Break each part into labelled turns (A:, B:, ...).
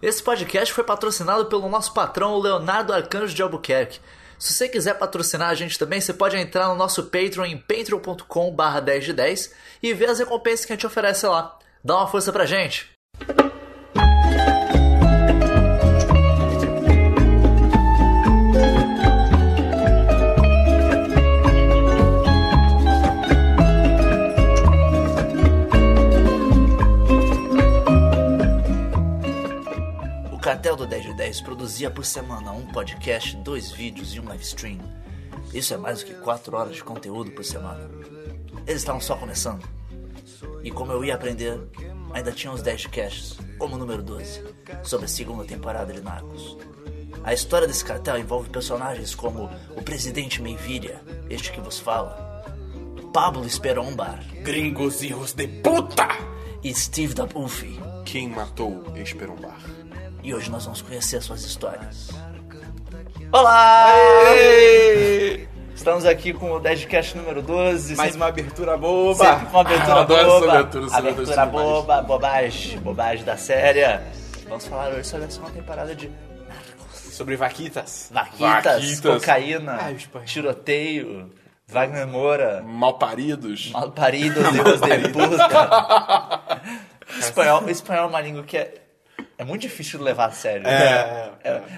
A: Esse podcast foi patrocinado pelo nosso patrão, o Leonardo Arcanjo de Albuquerque. Se você quiser patrocinar a gente também, você pode entrar no nosso Patreon em patreon.com barra 10 de 10 e ver as recompensas que a gente oferece lá. Dá uma força pra gente! O Cartel do 10 de 10 produzia por semana um podcast, dois vídeos e um live stream. Isso é mais do que 4 horas de conteúdo por semana. Eles estavam só começando. E como eu ia aprender, ainda tinha uns 10 casts, como o número 12, sobre a segunda temporada de Narcos. A história desse cartel envolve personagens como o presidente Meivilha, este que vos fala, Pablo Esperombar
B: Gringos hijos de puta!
A: e Steve da Buffy.
B: Quem matou Esperumbar?
A: E hoje nós vamos conhecer suas histórias. Olá! Estamos aqui com o Deadcast número 12.
B: Mais
A: sempre-
B: uma abertura boba!
A: sempre com uma abertura
B: Ah, eu adoro
A: boba.
B: essa abertura, essa abertura,
A: abertura
B: demais.
A: boba, bobagem, bobagem da séria. Vamos falar hoje sobre essa uma temporada de
B: Sobre vaquitas.
A: vaquitas,
B: Vaquitas.
A: cocaína,
B: Ai, o espanhol.
A: tiroteio, Wagner Moura,
B: Malparidos.
A: mal parido, Deus de puta. espanhol, espanhol é uma língua que é, é muito difícil de levar a sério.
B: É.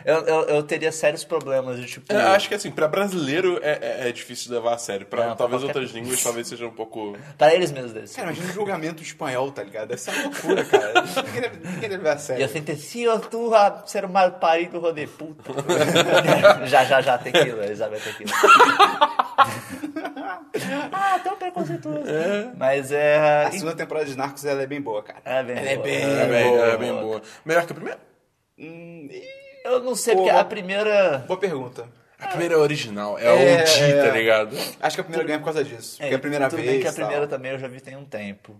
A: Eu, eu- eu- eu teria sérios problemas de tipo.
B: É, acho que assim, pra brasileiro é, é- é difícil levar a sério. Pra
A: É,
B: talvez
A: qualquer-
B: outras línguas talvez seja um pouco.
A: Para eles mesmos deles.
C: Cara, imagina um julgamento espanhol, tá ligado? Deve ser uma loucura, cara. Ninguém deve, ninguém deve levar a
A: Eu
C: sério.
A: senti, se eu tu a ser um mal parido, rodei puta. já, já, já, tequila, Isabel tequila. ah, tão preconceituoso. Mas é.
C: A segunda temporada de Narcos ela é bem boa, cara.
A: É bem
C: ela é
A: boa.
C: bem,
B: É, bem,
A: boa.
B: é bem boa. Melhor que a primeira?
A: Eu não sei,
C: Pô,
A: porque a
C: mas-
A: primeira.
C: Boa pergunta.
B: A primeira é original, é,
C: É.
B: OG, tá ligado?
C: Acho que é a primeira ganha por causa disso. Porque
A: É,
C: a primeira
A: tudo
C: vez.
A: bem que a
C: tal.
A: primeira também eu já vi tem um tempo.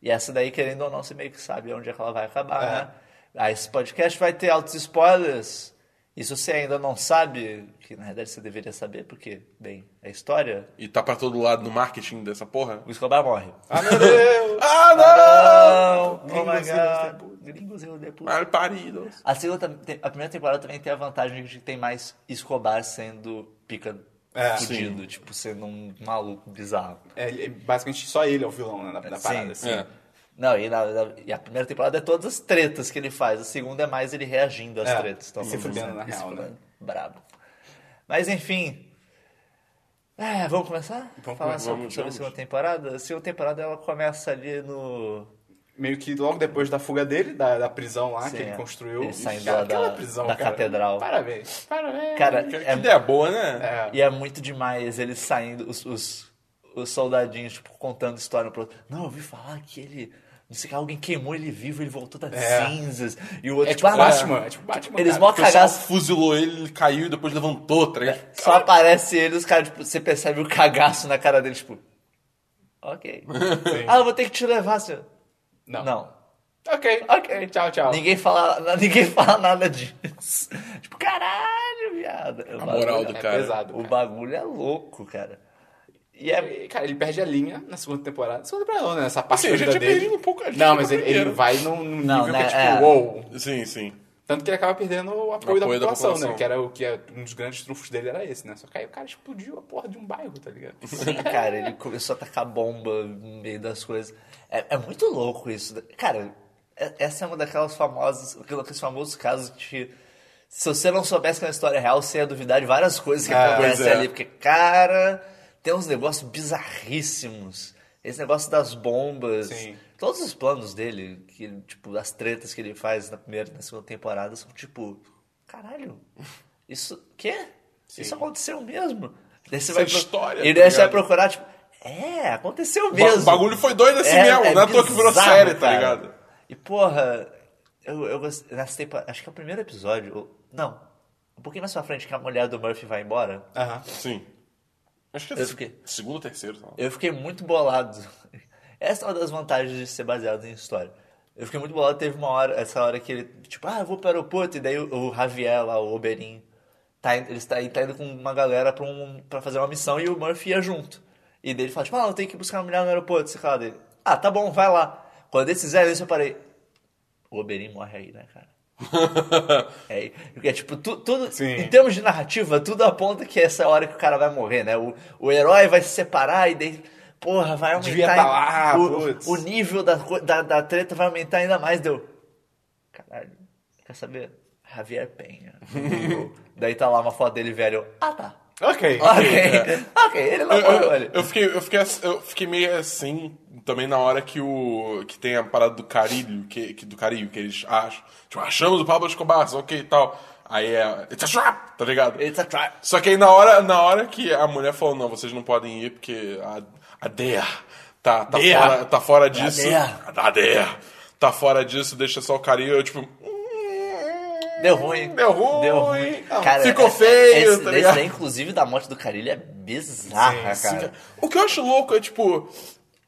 A: E essa daí, querendo ou não, você meio que sabe onde é que ela vai acabar, né? Aí esse podcast vai ter altos spoilers. E se você ainda não sabe, que na verdade você deveria saber, porque, bem, é história,
B: E tá pra todo lado no marketing dessa porra.
A: o Escobar morre.
C: Ah, meu Deus!
B: Ah, não!
A: Não! Oh
C: Gringos
A: my
C: e Deus
A: god! Gringos e Deus.
B: Malparidos.
A: A, segunda, tem- a primeira temporada também tem a vantagem de que tem mais Escobar sendo pica
C: É,
A: fudido, tipo, sendo um maluco bizarro.
C: É, ele- basicamente só ele é o vilão né, na, na parada, assim.
B: É.
A: Não, e, na- na- e a primeira temporada é todas as tretas que ele faz, a segunda é mais ele reagindo às
C: É,
A: tretas. tá
C: e se fudendo, na
A: e se
C: real, né?
A: fudendo. Brabo. Mas enfim. É, vamos começar?
B: Vamos
A: Falar
B: começar,
A: sobre,
B: vamos,
A: sobre a
B: vamos.
A: segunda temporada? A segunda temporada ela começa ali no.
C: Meio que logo depois da fuga dele, da, da prisão lá
A: Sim,
C: que ele
A: é.
C: construiu.
A: Ele saindo
C: Cara,
A: lá
C: aquela
A: da-
C: prisão,
A: da
C: cara.
A: catedral.
C: Parabéns. Parabéns.
A: Cara,
B: Que, que
A: é
B: ideia boa, né?
C: É.
A: E é muito demais eles saindo, os, os, os soldadinhos, tipo, contando história pro outro. Não, eu ouvi falar que ele. Não sei o que, alguém queimou ele vivo, ele voltou das
C: É.
A: cinzas. E o outro,
C: É tipo
A: ah,
C: Batman. É tipo Batman.
A: Eles
C: cara.
A: mó
B: O pessoal
A: cagaço. É.
B: fuzilou ele, ele caiu e depois levantou, tá ligado?
A: Só aparece ele, os caras, tipo, você percebe o cagaço na cara dele, tipo. Ok.
C: Sim.
A: ah, eu vou ter que te levar, senhor.
C: Não.
A: Não.
C: Ok.
A: Ok.
C: Tchau, tchau.
A: Ninguém é- fala, ninguém fala nada disso. tipo, caralho, viado.
B: A moral do
C: É
B: cara.
C: pesado.
A: O bagulho é louco, cara. E é,
C: E, Cara, ele perde a linha na segunda temporada. Segunda temporada não, né? Essa parte
B: Assim, eu já
C: da
A: é
C: vida
B: tinha
C: dele.
B: perdido um pouco a linha
C: Não,
B: na
C: mas ele,
B: primeira.
C: ele vai num, num
A: Não,
C: nível
A: né,
C: que é tipo,
A: é.
C: uou.
B: Sim, sim.
C: Tanto que ele acaba perdendo o apoio, da,
B: Apoio da
C: população,
B: população.
C: né? Que era o que é, um dos grandes trunfos dele era esse, né? Só que aí o cara explodiu a porra de um bairro, tá ligado?
A: Sim, cara, ele começou a tacar bomba no meio das coisas. É, é muito louco isso. Cara, é- essa é uma daquelas famosas, aqueles famosos casos que se você não soubesse que é uma história real, você ia duvidar de várias coisas que
C: Ah,
A: acontecem
B: pois é.
A: ali. Porque, cara, tem uns negócios bizarríssimos. Esse negócio das bombas.
C: Sim.
A: Todos os planos dele, que, ele, tipo, as tretas que ele faz na primeira e na segunda temporada são tipo, caralho, isso. Quê? Isso aconteceu mesmo? Daí você
B: Isso
A: vai
B: é história,
A: E
B: tá
A: daí você vai
B: ligado?
A: procurar, tipo, é, aconteceu
B: Ba-
A: mesmo.
B: O bagulho foi doido assim
A: É-
B: mesmo,
A: é
B: não é à toa que virou
A: bizarro,
B: série, tá
A: cara.
B: ligado?
A: E porra, eu, eu gostei. Nessa temporada, acho que é o primeiro episódio. ou- Não. Um pouquinho mais pra frente que a mulher do Murphy vai embora.
C: Aham.
B: Sim. Acho que é
A: Eu fiquei-
B: segundo ou terceiro, tá?
A: Eu fiquei muito bolado. Essa é uma das vantagens de ser baseado em história. Eu fiquei muito bolado. Teve uma hora, essa hora que ele, tipo, ah, eu vou para o aeroporto. E daí o, o Javier lá, o Oberin, tá, in- ele tá, ele tá indo com uma galera pra, um, pra fazer uma missão e o Murphy ia junto. E daí ele fala, tipo, ah, eu tenho que buscar uma mulher no aeroporto. Esse cara dele, ah, tá bom, vai lá. Quando eles fizeram isso, eu parei. O Oberin morre aí, né, cara? É, porque, tipo, tu- tudo.
B: Sim.
A: Em termos de narrativa, tudo aponta que essa é a hora que o cara vai morrer, né? O, o herói vai se separar e daí. Porra, vai aumentar.
C: Devia tá lá, putz.
A: o, o nível da, co- da, da treta vai aumentar ainda mais. Deu. Caralho, quer saber? Javier Penha. daí tá lá uma foto dele velho. Ah, tá.
B: Ok.
A: Ok, ok, ele não
B: Eu, eu-
A: morreu, olha.
B: eu fiquei, eu, fiquei, ass- eu fiquei meio assim também na hora que o. que tem a parada do carilho, que, que- do carilho, que eles acham. Tipo, achamos o Pablo Escobar, ok e tal. Aí é. It's a trap, tá ligado?
A: It's a trap.
B: Só que aí na hora, na hora que a mulher falou, não, vocês não podem ir porque a, a DEA tá, tá,
A: DEA.
B: fora, tá
A: É
B: fora disso.
A: DEA.
B: A DEA. Tá fora disso, deixa só o carinho. Eu, tipo...
A: Deu ruim.
B: Deu ruim. Ah,
A: Deu ruim. Cara, é,
B: Ficou
A: essa-
B: feio,
A: Esse,
B: tá
A: esse
B: ligado?
A: daí, inclusive, da morte do Carilho é bizarra,
B: Sim,
A: cara.
B: cara. O que eu acho louco é, tipo...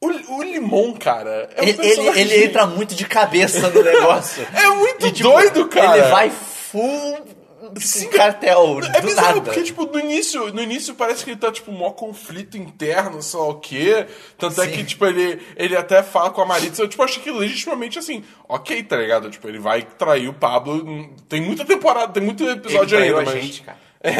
B: O, o Limon, cara... É um
A: Ele, ele,
B: personagem-
A: ele entra muito de cabeça no negócio. tipo,
B: É muito doido, cara.
A: Ele vai full tipo,
B: Sim,
A: cartel,
B: É
A: do
B: bizarro,
A: nada.
B: porque, tipo, no início, no início parece que ele tá, tipo, mó conflito interno, sei lá o quê. Tanto é
A: Sim.
B: que, tipo, ele, ele até fala com a Maritza. Eu, tipo, achei que legitimamente, assim, ok, tá ligado? Tipo, ele vai trair o Pablo. Hum, Tem muita temporada, tem muito episódio
C: traiu
B: ainda,
C: a
B: mas...
C: gente, cara.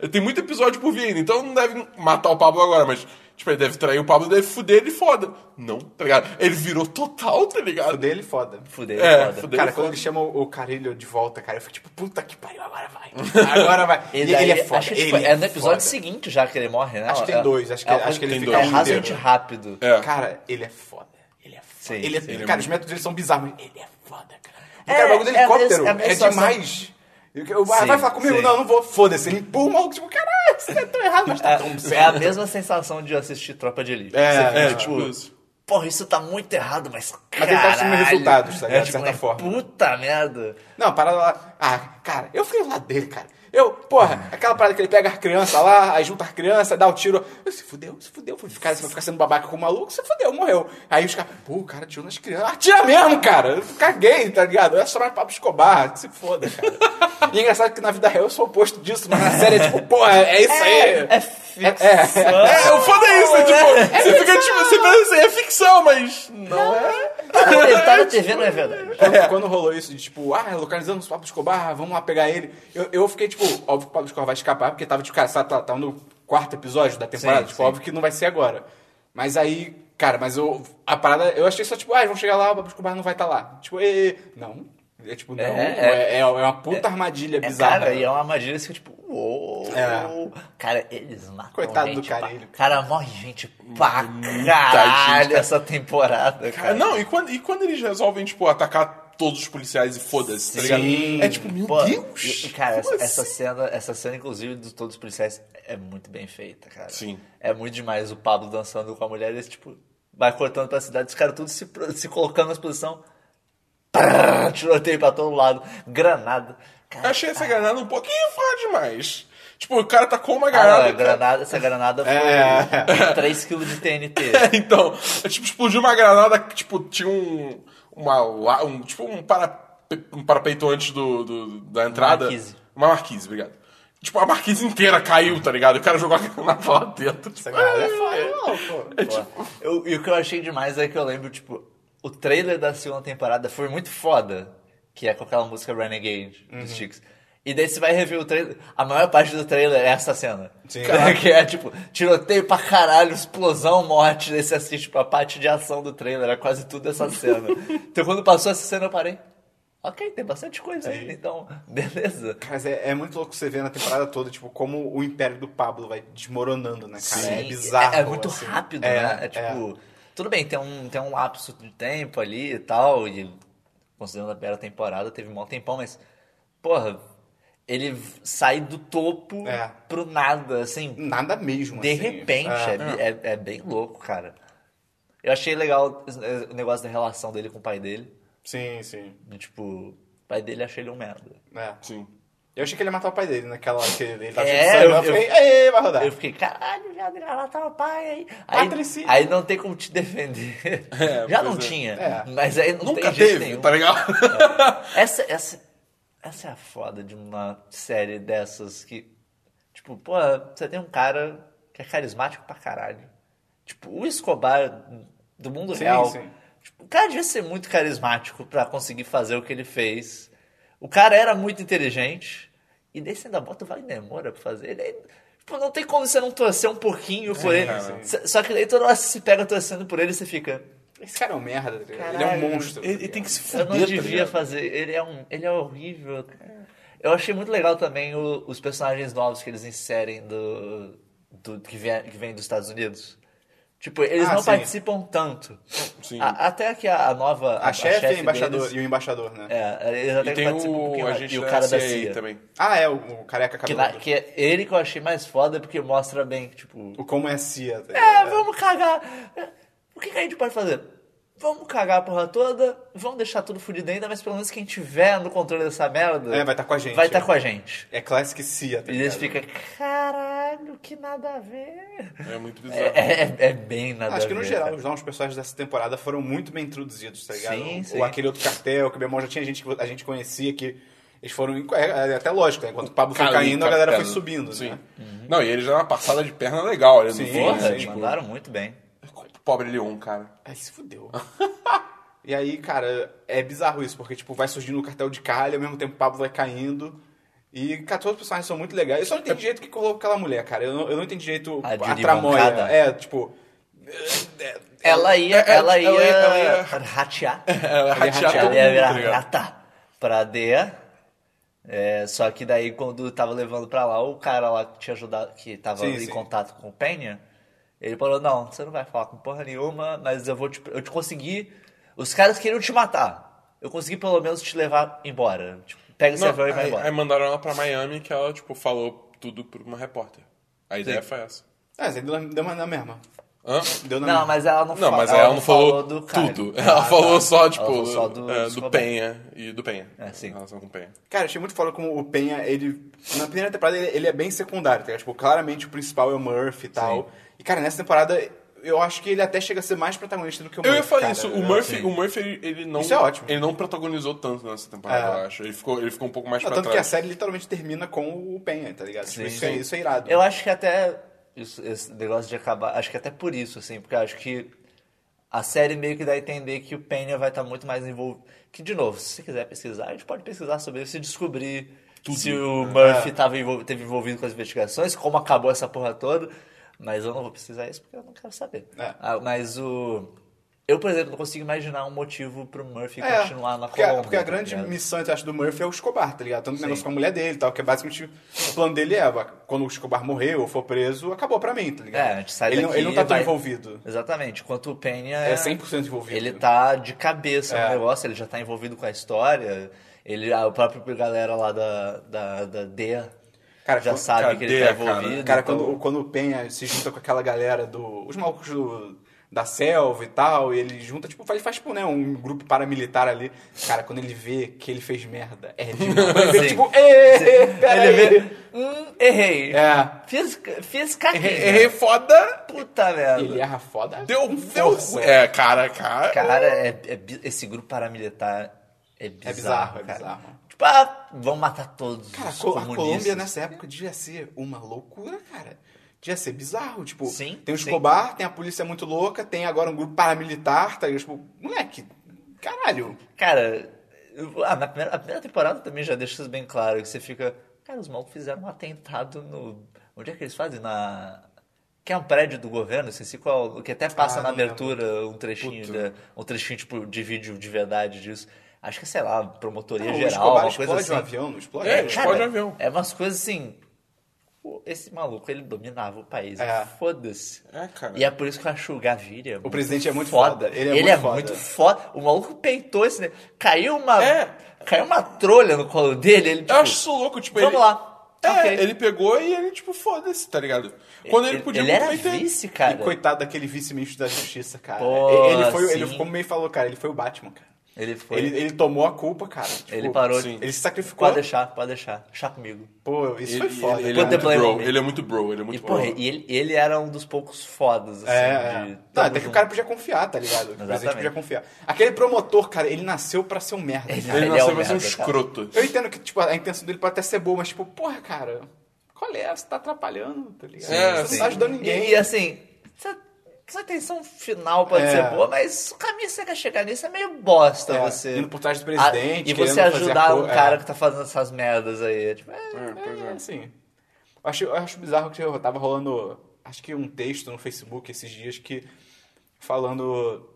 B: É, tem muito episódio por vir ainda. Então não deve matar o Pablo agora, mas... Tipo, ele deve trair o Pablo, deve fuder ele foda. Não, tá ligado? Ele virou total, tá ligado?
C: Dele, foda.
A: Fudeu,
B: É,
A: foda.
B: fudeu.
C: Cara, quando ele chama o o Carilho de volta, cara, eu fico tipo, puta que pariu, agora vai. Agora vai. E
A: E
C: ele,
A: daí,
C: é foda.
A: acho que,
C: ele
A: tipo, é no episódio
C: foda.
A: seguinte já que ele morre, né?
C: Acho que tem
A: É-
C: dois, acho que-
A: é-
C: acho que ele
A: tem
B: fica
A: dois.
B: um
A: É razoavelmente
C: inteiro.
A: rápido.
B: É.
C: Cara, ele é foda. Ele é foda.
A: Sim,
C: ele é,
A: sim,
B: ele é
C: cara,
B: muito-
C: os métodos dele são bizarros, mas ele é foda, cara. O
A: É,
C: cara, o bagulho do
A: é a
C: helicóptero
A: mesma- é a
C: é,
A: mesma
C: demais. Eu- eu- ah,
A: Sim,
C: vai falar comigo?
A: sim.
C: Não, eu não vou. Foda-se. Ele empurra o maluco, tipo, caralho, você tá tão errado, mas tá tão
A: É, é a
C: certo.
A: mesma sensação de assistir Tropa de Elite.
C: É,
A: Você fica,
B: um é,
A: tipo,
B: tipo isso.
A: porra, isso tá muito errado, mas
C: Mas
A: caralho.
C: ele tá assumindo resultados, tá ligado?
A: É,
C: De
A: tipo,
C: certa
A: é,
C: forma.
A: Puta merda.
C: Não, a parada lá. Ah, cara, eu fiquei do lado dele, cara. Eu, porra, aquela parada que ele pega as crianças lá, aí junta as crianças, dá o tiro. Eu, se fudeu, se fudeu. Fui ficar, se eu ficar sendo babaca com o maluco, se fudeu, morreu. Aí os caras, pô, o cara atirou nas crianças. Atira mesmo, cara. Eu caguei, tá ligado? Eu ia chamar Pablo Escobar, que se foda, cara. E é engraçado que na vida real eu sou o oposto disso, mas na série é tipo, porra, é isso aí.
A: É ficção.
B: É, o foda é isso, né? Tipo, você fica, tipo, você pensa assim, é ficção, mas... Não é...
A: Tá na TV, não é verdade.
C: Quando, quando rolou isso de tipo, ah, localizamos o Pablo Escobar, vamos lá pegar ele. Eu, eu fiquei tipo, óbvio que o Pablo Escobar vai escapar, porque tava, tipo, cara, sabe, tá, tá no quarto episódio da temporada,
A: Sim,
C: tipo,
A: sim.
C: óbvio que não vai ser agora. Mas aí, cara, mas eu, a parada, eu achei só tipo, ah, vão chegar lá, o Pablo Escobar não vai estar lá. Tipo, e, não. É tipo, não,
A: É,
C: é, é, é uma puta armadilha
A: É,
C: bizarra.
A: cara, e é uma armadilha assim, tipo, uou.
C: né? É.
A: Cara, eles matam
C: Coitado
A: gente
C: do
A: pra-
C: Carilho.
A: Cara, morre gente pra
B: gente,
A: caralho
B: cara.
A: essa temporada,
B: Cara,
A: cara.
B: É, não, e quando, e quando eles resolvem, tipo, atacar todos os policiais e foda-se, tá ligado?
C: Sim.
B: É tipo, meu
A: Pô,
B: Deus!
A: e- cara,
B: como
A: essa, essa
B: assim?
A: cena, essa cena, inclusive, de todos os policiais é muito bem feita, cara.
B: Sim.
A: É muito demais o Pablo dançando com a mulher, eles, tipo, vai cortando pra cidade, os caras tudo se, pro- se colocando nas posições. Prrr, Tiroteio pra todo lado, granada.
B: Eu
A: Cara,
B: achei essa granada um pouquinho foda demais. Tipo, o cara tacou uma
A: ah, não,
B: granada.
A: é, granada- essa granada foi
C: É.
A: 3kg de TNT.
B: cara- então, é, tipo, explodiu uma granada que, tipo, tinha um. Uma, la- um tipo, um, para, um parapeito antes do, do- da entrada.
A: marquise.
B: Uma marquise, obrigado. Tipo, a marquise inteira caiu, tá ligado? O cara jogou a granada lá dentro. Tipo,
C: Essa galera é foda, não, pô.
A: Eu- e o que eu achei demais é que eu lembro, tipo, o trailer da segunda temporada foi muito foda, que é com aquela música Renegade dos Chicos. E daí você vai rever o trailer. A maior parte do trailer é essa cena.
C: Sim.
A: que é tipo, tiroteio pra caralho, explosão, morte. Daí você assiste, tipo, a parte de ação do trailer. É quase tudo essa cena. então quando passou essa cena eu parei. Ok, tem bastante coisa ainda, então, beleza.
C: Mas é, é muito louco você ver na temporada toda, tipo, como o império do Pablo vai desmoronando, né, cara? É
A: Sim,
C: bizarro.
A: É, é muito
C: assim.
A: rápido,
C: É,
A: né? É
C: é.
A: tipo. Tudo bem, tem um, tem um lapso de tempo ali e tal, e considerando a primeira temporada, teve um bom tempão, mas. Porra, ele v- sai do topo
C: É.
A: pro nada, assim,
C: Nada mesmo,
A: de
C: assim.
A: repente.
C: É.
A: É, é- é bem louco, cara. Eu achei legal es- es- o negócio da relação dele com o pai dele.
C: Sim, sim.
A: de, Tipo, o pai dele achei ele um merda.
C: É.
B: Sim.
C: Eu achei que ele ia matar o pai dele naquela que ele tava
A: É,
C: cheio de sangue. Eu,
A: eu-
C: fiquei, aê, vai rodar.
A: Eu fiquei, caralho, já mataram o pai aí. Aí,
C: Patricinha.
A: aí não tem como te defender.
B: É,
A: já
B: pois
A: não
B: é.
A: tinha.
C: É.
A: Mas aí não
B: Nunca
A: tem jeito
B: teve,
A: nenhum.
B: tá ligado?
A: Essa, essa, essa é a foda de uma série dessas que. Tipo, pô, você tem um cara que é carismático pra caralho. Tipo, o Escobar do mundo
C: Sim,
A: real.
C: sim.
A: Tipo, o cara devia ser muito carismático pra conseguir fazer o que ele fez. O cara era muito inteligente. E daí você ainda bota o Vale Demora pra fazer. Daí, tipo, não tem como você não torcer um pouquinho por
C: É,
A: ele.
B: cara.
A: S- Só que daí toda hora você se pega torcendo por ele e você fica.
C: Esse cara é um merda, tá ligado? ele é um
A: Caralho.
C: monstro.
B: Ele,
C: tá
B: ele
C: ligado?
B: tem que se
A: Eu
B: fuder,
A: não
B: tá
A: devia
B: ligado?
A: fazer. Ele é, um, ele é horrível. Eu achei muito legal também o- os personagens novos que eles inserem do, do que, vem, que vem dos Estados Unidos. Tipo, eles
C: Ah,
A: não
C: sim.
A: participam tanto.
B: Sim.
A: A- até que a, a nova.
C: A, chefe e,
A: deles-
C: o embaixador, e o embaixador, né?
A: É, eles até
B: E
A: que
B: tem
A: participam um pouquinho
B: o
A: mais.
B: agente
A: E o
B: da
A: cara da
B: CIA
A: CIA.
B: também.
C: Ah, é, o, o careca
A: Que,
C: cabeludo.
A: na- que é ele que eu achei mais foda porque mostra bem, tipo.
C: O como é CIA, tá
A: É,
C: ligado?
A: vamos cagar. O que, que a gente pode fazer? Vamos cagar a porra toda, vamos deixar tudo fudido ainda, mas pelo menos quem tiver no controle dessa merda.
C: É, vai tá com a gente,
A: Vai estar
C: é.
A: com a gente.
C: É Classic CIA, tá
A: E eles
C: ligado?
A: ficam, caralho, que nada a ver.
B: É muito bizarro.
A: É, é- é bem nada a ver.
C: Acho que no geral,
A: cara.
C: os novos personagens dessa temporada foram muito bem introduzidos, tá ligado?
A: Sim,
C: Ou-
A: sim.
C: Ou aquele outro cartel, que meu irmão já tinha gente que a gente conhecia que eles foram. É, é até lógico, né? Enquanto o Pablo foi caindo, a galera foi subindo,
B: tá Sim.
C: né?
B: Não, e ele já dá uma passada de perna legal ali
C: Sim,
B: no fim,
A: Uhum. Porra,
B: né?
C: sim.
A: eles mandaram muito bem.
B: Tipo, pobre Leon, cara.
C: Aí se fudeu. e aí, cara, é bizarro isso, porque, tipo, vai surgindo o cartel de calha, ao mesmo tempo o Pablo vai caindo. E, cara, todos os personagens são muito legais. Eu só não
B: É
C: entendi direito o que colocou aquela mulher, cara. Eu não, eu não entendi direito
A: A
C: a,
A: Judy
C: tramóia.
A: Moncada.
C: É, tipo.
A: Ela ia,
B: é,
A: ela
B: ela
A: ia,
B: ia- ela ia-
A: ratear.
B: Ela
C: Ele é
B: ratear todo
C: rateado,
A: Ela
B: mundo,
A: ia virar
B: tá ligado?
A: rata pra Dea. É, só que daí quando tava levando pra lá, o cara lá que tinha ajudado, que tava
C: Sim,
A: em
C: sim.
A: contato com o Penha, ele falou, não, você não vai falar com porra nenhuma, mas eu vou te, eu te consegui. Os caras queriam te matar. Eu consegui pelo menos te levar embora. Tipo, pega esse
B: Não,
A: avião e vai
B: aí, aí
A: embora.
B: mandaram ela pra Miami que ela, tipo, falou tudo pra uma repórter. A ideia foi essa.
C: Ah, mas aí deu na- deu na na mesma.
B: Hã?
C: Deu na
A: Não,
C: mesma.
A: mas ela não,
B: Não,
A: fa-
B: mas ela, não falou,
A: do cara. Ah, tá.
B: tudo. Ela falou só, tipo,
A: falou só do-
B: do, é,
A: dos
B: do
A: Roberto.
B: Penha e do Penha.
A: É, sim.
B: Em relação com o Penha.
C: Cara, eu achei muito foda como o Penha, ele. Na primeira temporada ele, ele é bem secundário, tá ligado? Tipo, claramente o principal é o Murphy e tal. E, cara, nessa temporada eu acho que ele até chega a ser mais protagonista do que o
B: Eu
C: Murphy.
B: ia falar
C: cara.
B: isso, o
C: Eu-
B: Murphy, o Murphy ele, ele não.
C: Isso é ótimo.
B: Ele não protagonizou tanto nessa temporada,
C: É.
B: eu acho. Ele ficou, ele ficou um pouco mais
C: Não,
B: pra
C: tanto que a
B: trás.
C: série literalmente termina com o Penha, tá ligado? Tipo,
A: Sim,
C: isso, é,
B: sim.
C: isso é irado.
A: Eu acho que até isso- esse negócio de acabar, acho que até por isso, assim, porque eu acho que a série meio que dá a entender que o Penha vai estar muito mais envolvido. Que, de novo, se você quiser pesquisar, a gente pode pesquisar sobre isso e descobrir se o
C: É.
A: Murphy tava envol- teve envolvido com as investigações, como acabou essa porra toda. Mas eu não vou pesquisar isso porque eu não quero saber.
C: É.
A: Ah, mas o. Eu, por exemplo, não consigo imaginar um motivo pro Murphy
C: É,
A: continuar na
C: porque, a-
A: Colômbia.
C: porque a
A: tá
C: grande
A: ligado?
C: missão, entre aspas, do Murphy é o Escobar, tá ligado? Tanto o negócio com a mulher dele e tal, que é basicamente o plano dele é, "Bah, quando o Escobar morrer ou for preso, acabou pra mim, tá ligado?
A: É, a gente sai
C: ele, não,
A: daqui
C: ele não tá
A: e
C: tão
A: vai-
C: envolvido.
A: Exatamente. Enquanto o Penha.
C: É 100% envolvido.
A: Ele tá de cabeça
C: É.
A: no negócio, ele já tá envolvido com a história. Ele, a própria galera lá da, da, da DEA
C: Cara,
A: já
C: quando-
A: sabe
B: cara,
A: que ele
B: DEA,
A: tá envolvido.
C: Cara,
A: então-
C: quando, quando o Penha se junta com aquela galera do. Os malucos do, da selva e tal, e ele junta, tipo, ele faz, tipo, né, um grupo paramilitar ali. Cara, quando ele vê que ele fez merda, é demais. Ele vê,
A: Sim.
C: tipo, "Ê, pera
A: ele
C: aí."
A: vê. Hum, errei.
C: É.
A: Fiz, fiz caquinha.
B: Errei foda,
A: Puta merda.
C: Ele erra foda.
B: deu,
A: um
C: com
B: deu.
C: força.
B: É, cara, cara.
A: Cara, é- é bi- esse grupo paramilitar é bizarro.
C: bizarro, é
A: cara.
C: bizarro.
A: Tipo, ah, vão matar todos
C: Cara, a
A: os
C: Col- a
A: comunistas.
C: Colômbia né? nessa época devia ser uma loucura, cara. Devia ser bizarro. Tipo,
A: Sim,
C: tem o
A: sim.
C: Escobar, tem a polícia muito louca, tem agora um grupo paramilitar, tá ligado? Tipo, moleque, caralho.
A: Cara, eu- ah, na primeira, a primeira temporada também já deixa isso bem claro, que você fica. Cara, os malucos fizeram um atentado no. Onde é que eles fazem? Na. Que é um prédio do governo, esqueci qual. Que até passa
C: Ah,
A: na
C: não lembro.
A: abertura um trechinho,
B: Puta.
A: da- um trechinho tipo, de vídeo de verdade disso. Acho que, sei lá, promotoria
C: Não, o
A: geral,
C: Escobar
A: uma coisa
C: explode
A: assim.
C: um avião, não explode?
B: É,
C: Não,
B: explode
A: Cara,
B: um avião.
A: É umas coisas assim. pô, Esse maluco, ele dominava o país.
C: É.
A: Foda-se.
B: É, cara.
A: E é por isso que eu acho o Gaviria.
C: O presidente é muito foda. Ele é muito foda.
A: foda. O maluco peitou esse. ne- Caiu uma.
B: É.
A: Caiu uma trolha no colo dele. Ele, tipo,
B: Eu acho isso louco, tipo,
A: Vamos
B: ele...
A: lá.
B: É,
A: Ok.
B: ele pegou e ele, tipo, foda-se, tá ligado? Quando ele, podia
A: ele era
B: muito bem ter-
A: vice, cara.
C: E coitado daquele vice-ministro da justiça, cara.
A: Pô,
C: ele foi,
A: sim.
C: ele, como meio falou, cara, ele foi o Batman, cara.
A: Ele foi.
C: Ele, ele tomou a culpa, cara. Tipo,
A: Ele parou
B: sim.
A: de.
C: Ele se sacrificou.
A: Pode deixar, pode deixar. Deixar comigo.
C: Pô, isso
B: Ele,
C: foi foda.
B: ele, ele é
A: Put
C: cara.
A: the
B: muito
A: blame on
B: bro,
A: me.
B: ele é muito bro, ele é
A: E,
B: muito bro.
A: porra, e ele, ele era um dos poucos fodas, assim.
C: É,
A: de-
C: é. Não,
A: Tamo
C: até que o
A: junto.
C: cara podia confiar, tá ligado? O presidente
A: Exatamente.
C: podia confiar. Aquele promotor, cara, ele nasceu pra ser um merda.
A: Ele-
C: cara.
B: Ele
A: é
B: nasceu
A: um
B: pra ser um
A: merda, cara.
B: escroto.
C: Eu entendo que tipo, a intenção dele pode até ser boa, mas tipo, porra, cara, qual é? Você tá atrapalhando, tá ligado?
B: É,
C: você
B: sim.
C: não tá ajudando
A: E,
C: ninguém.
A: e, assim, você Essa tensão final pode
C: É.
A: ser boa, mas o caminho que você quer chegar nisso é meio bosta
C: É,
A: você.
C: indo por trás do
A: Ah,
C: presidente,
A: e você
C: querendo fazer a
A: ajudar
C: cor-
A: um cara
C: é.
A: que tá fazendo essas merdas aí. Tipo, é,
B: É, pois
C: É,
B: é.
C: assim. Eu acho, eu acho bizarro que eu tava rolando, acho que um texto no Facebook esses dias que falando.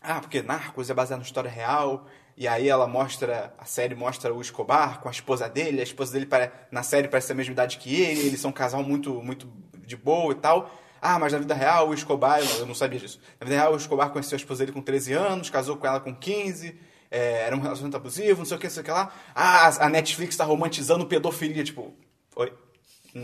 C: Ah, porque Narcos é baseado na história real. E aí ela mostra, a série mostra o Escobar com a esposa dele. A esposa dele pare- na série parece ter a mesma idade que ele. Eles são um casal muito, muito de boa e tal. Ah, mas na vida real o Escobar, eu não- eu não sabia disso. Na vida real o Escobar conheceu a esposa dele com 13 anos, casou com ela com 15. é, era um relacionamento abusivo, não sei o que, não sei o que lá. Ah, a- a Netflix tá romantizando pedofilia. Tipo, oi?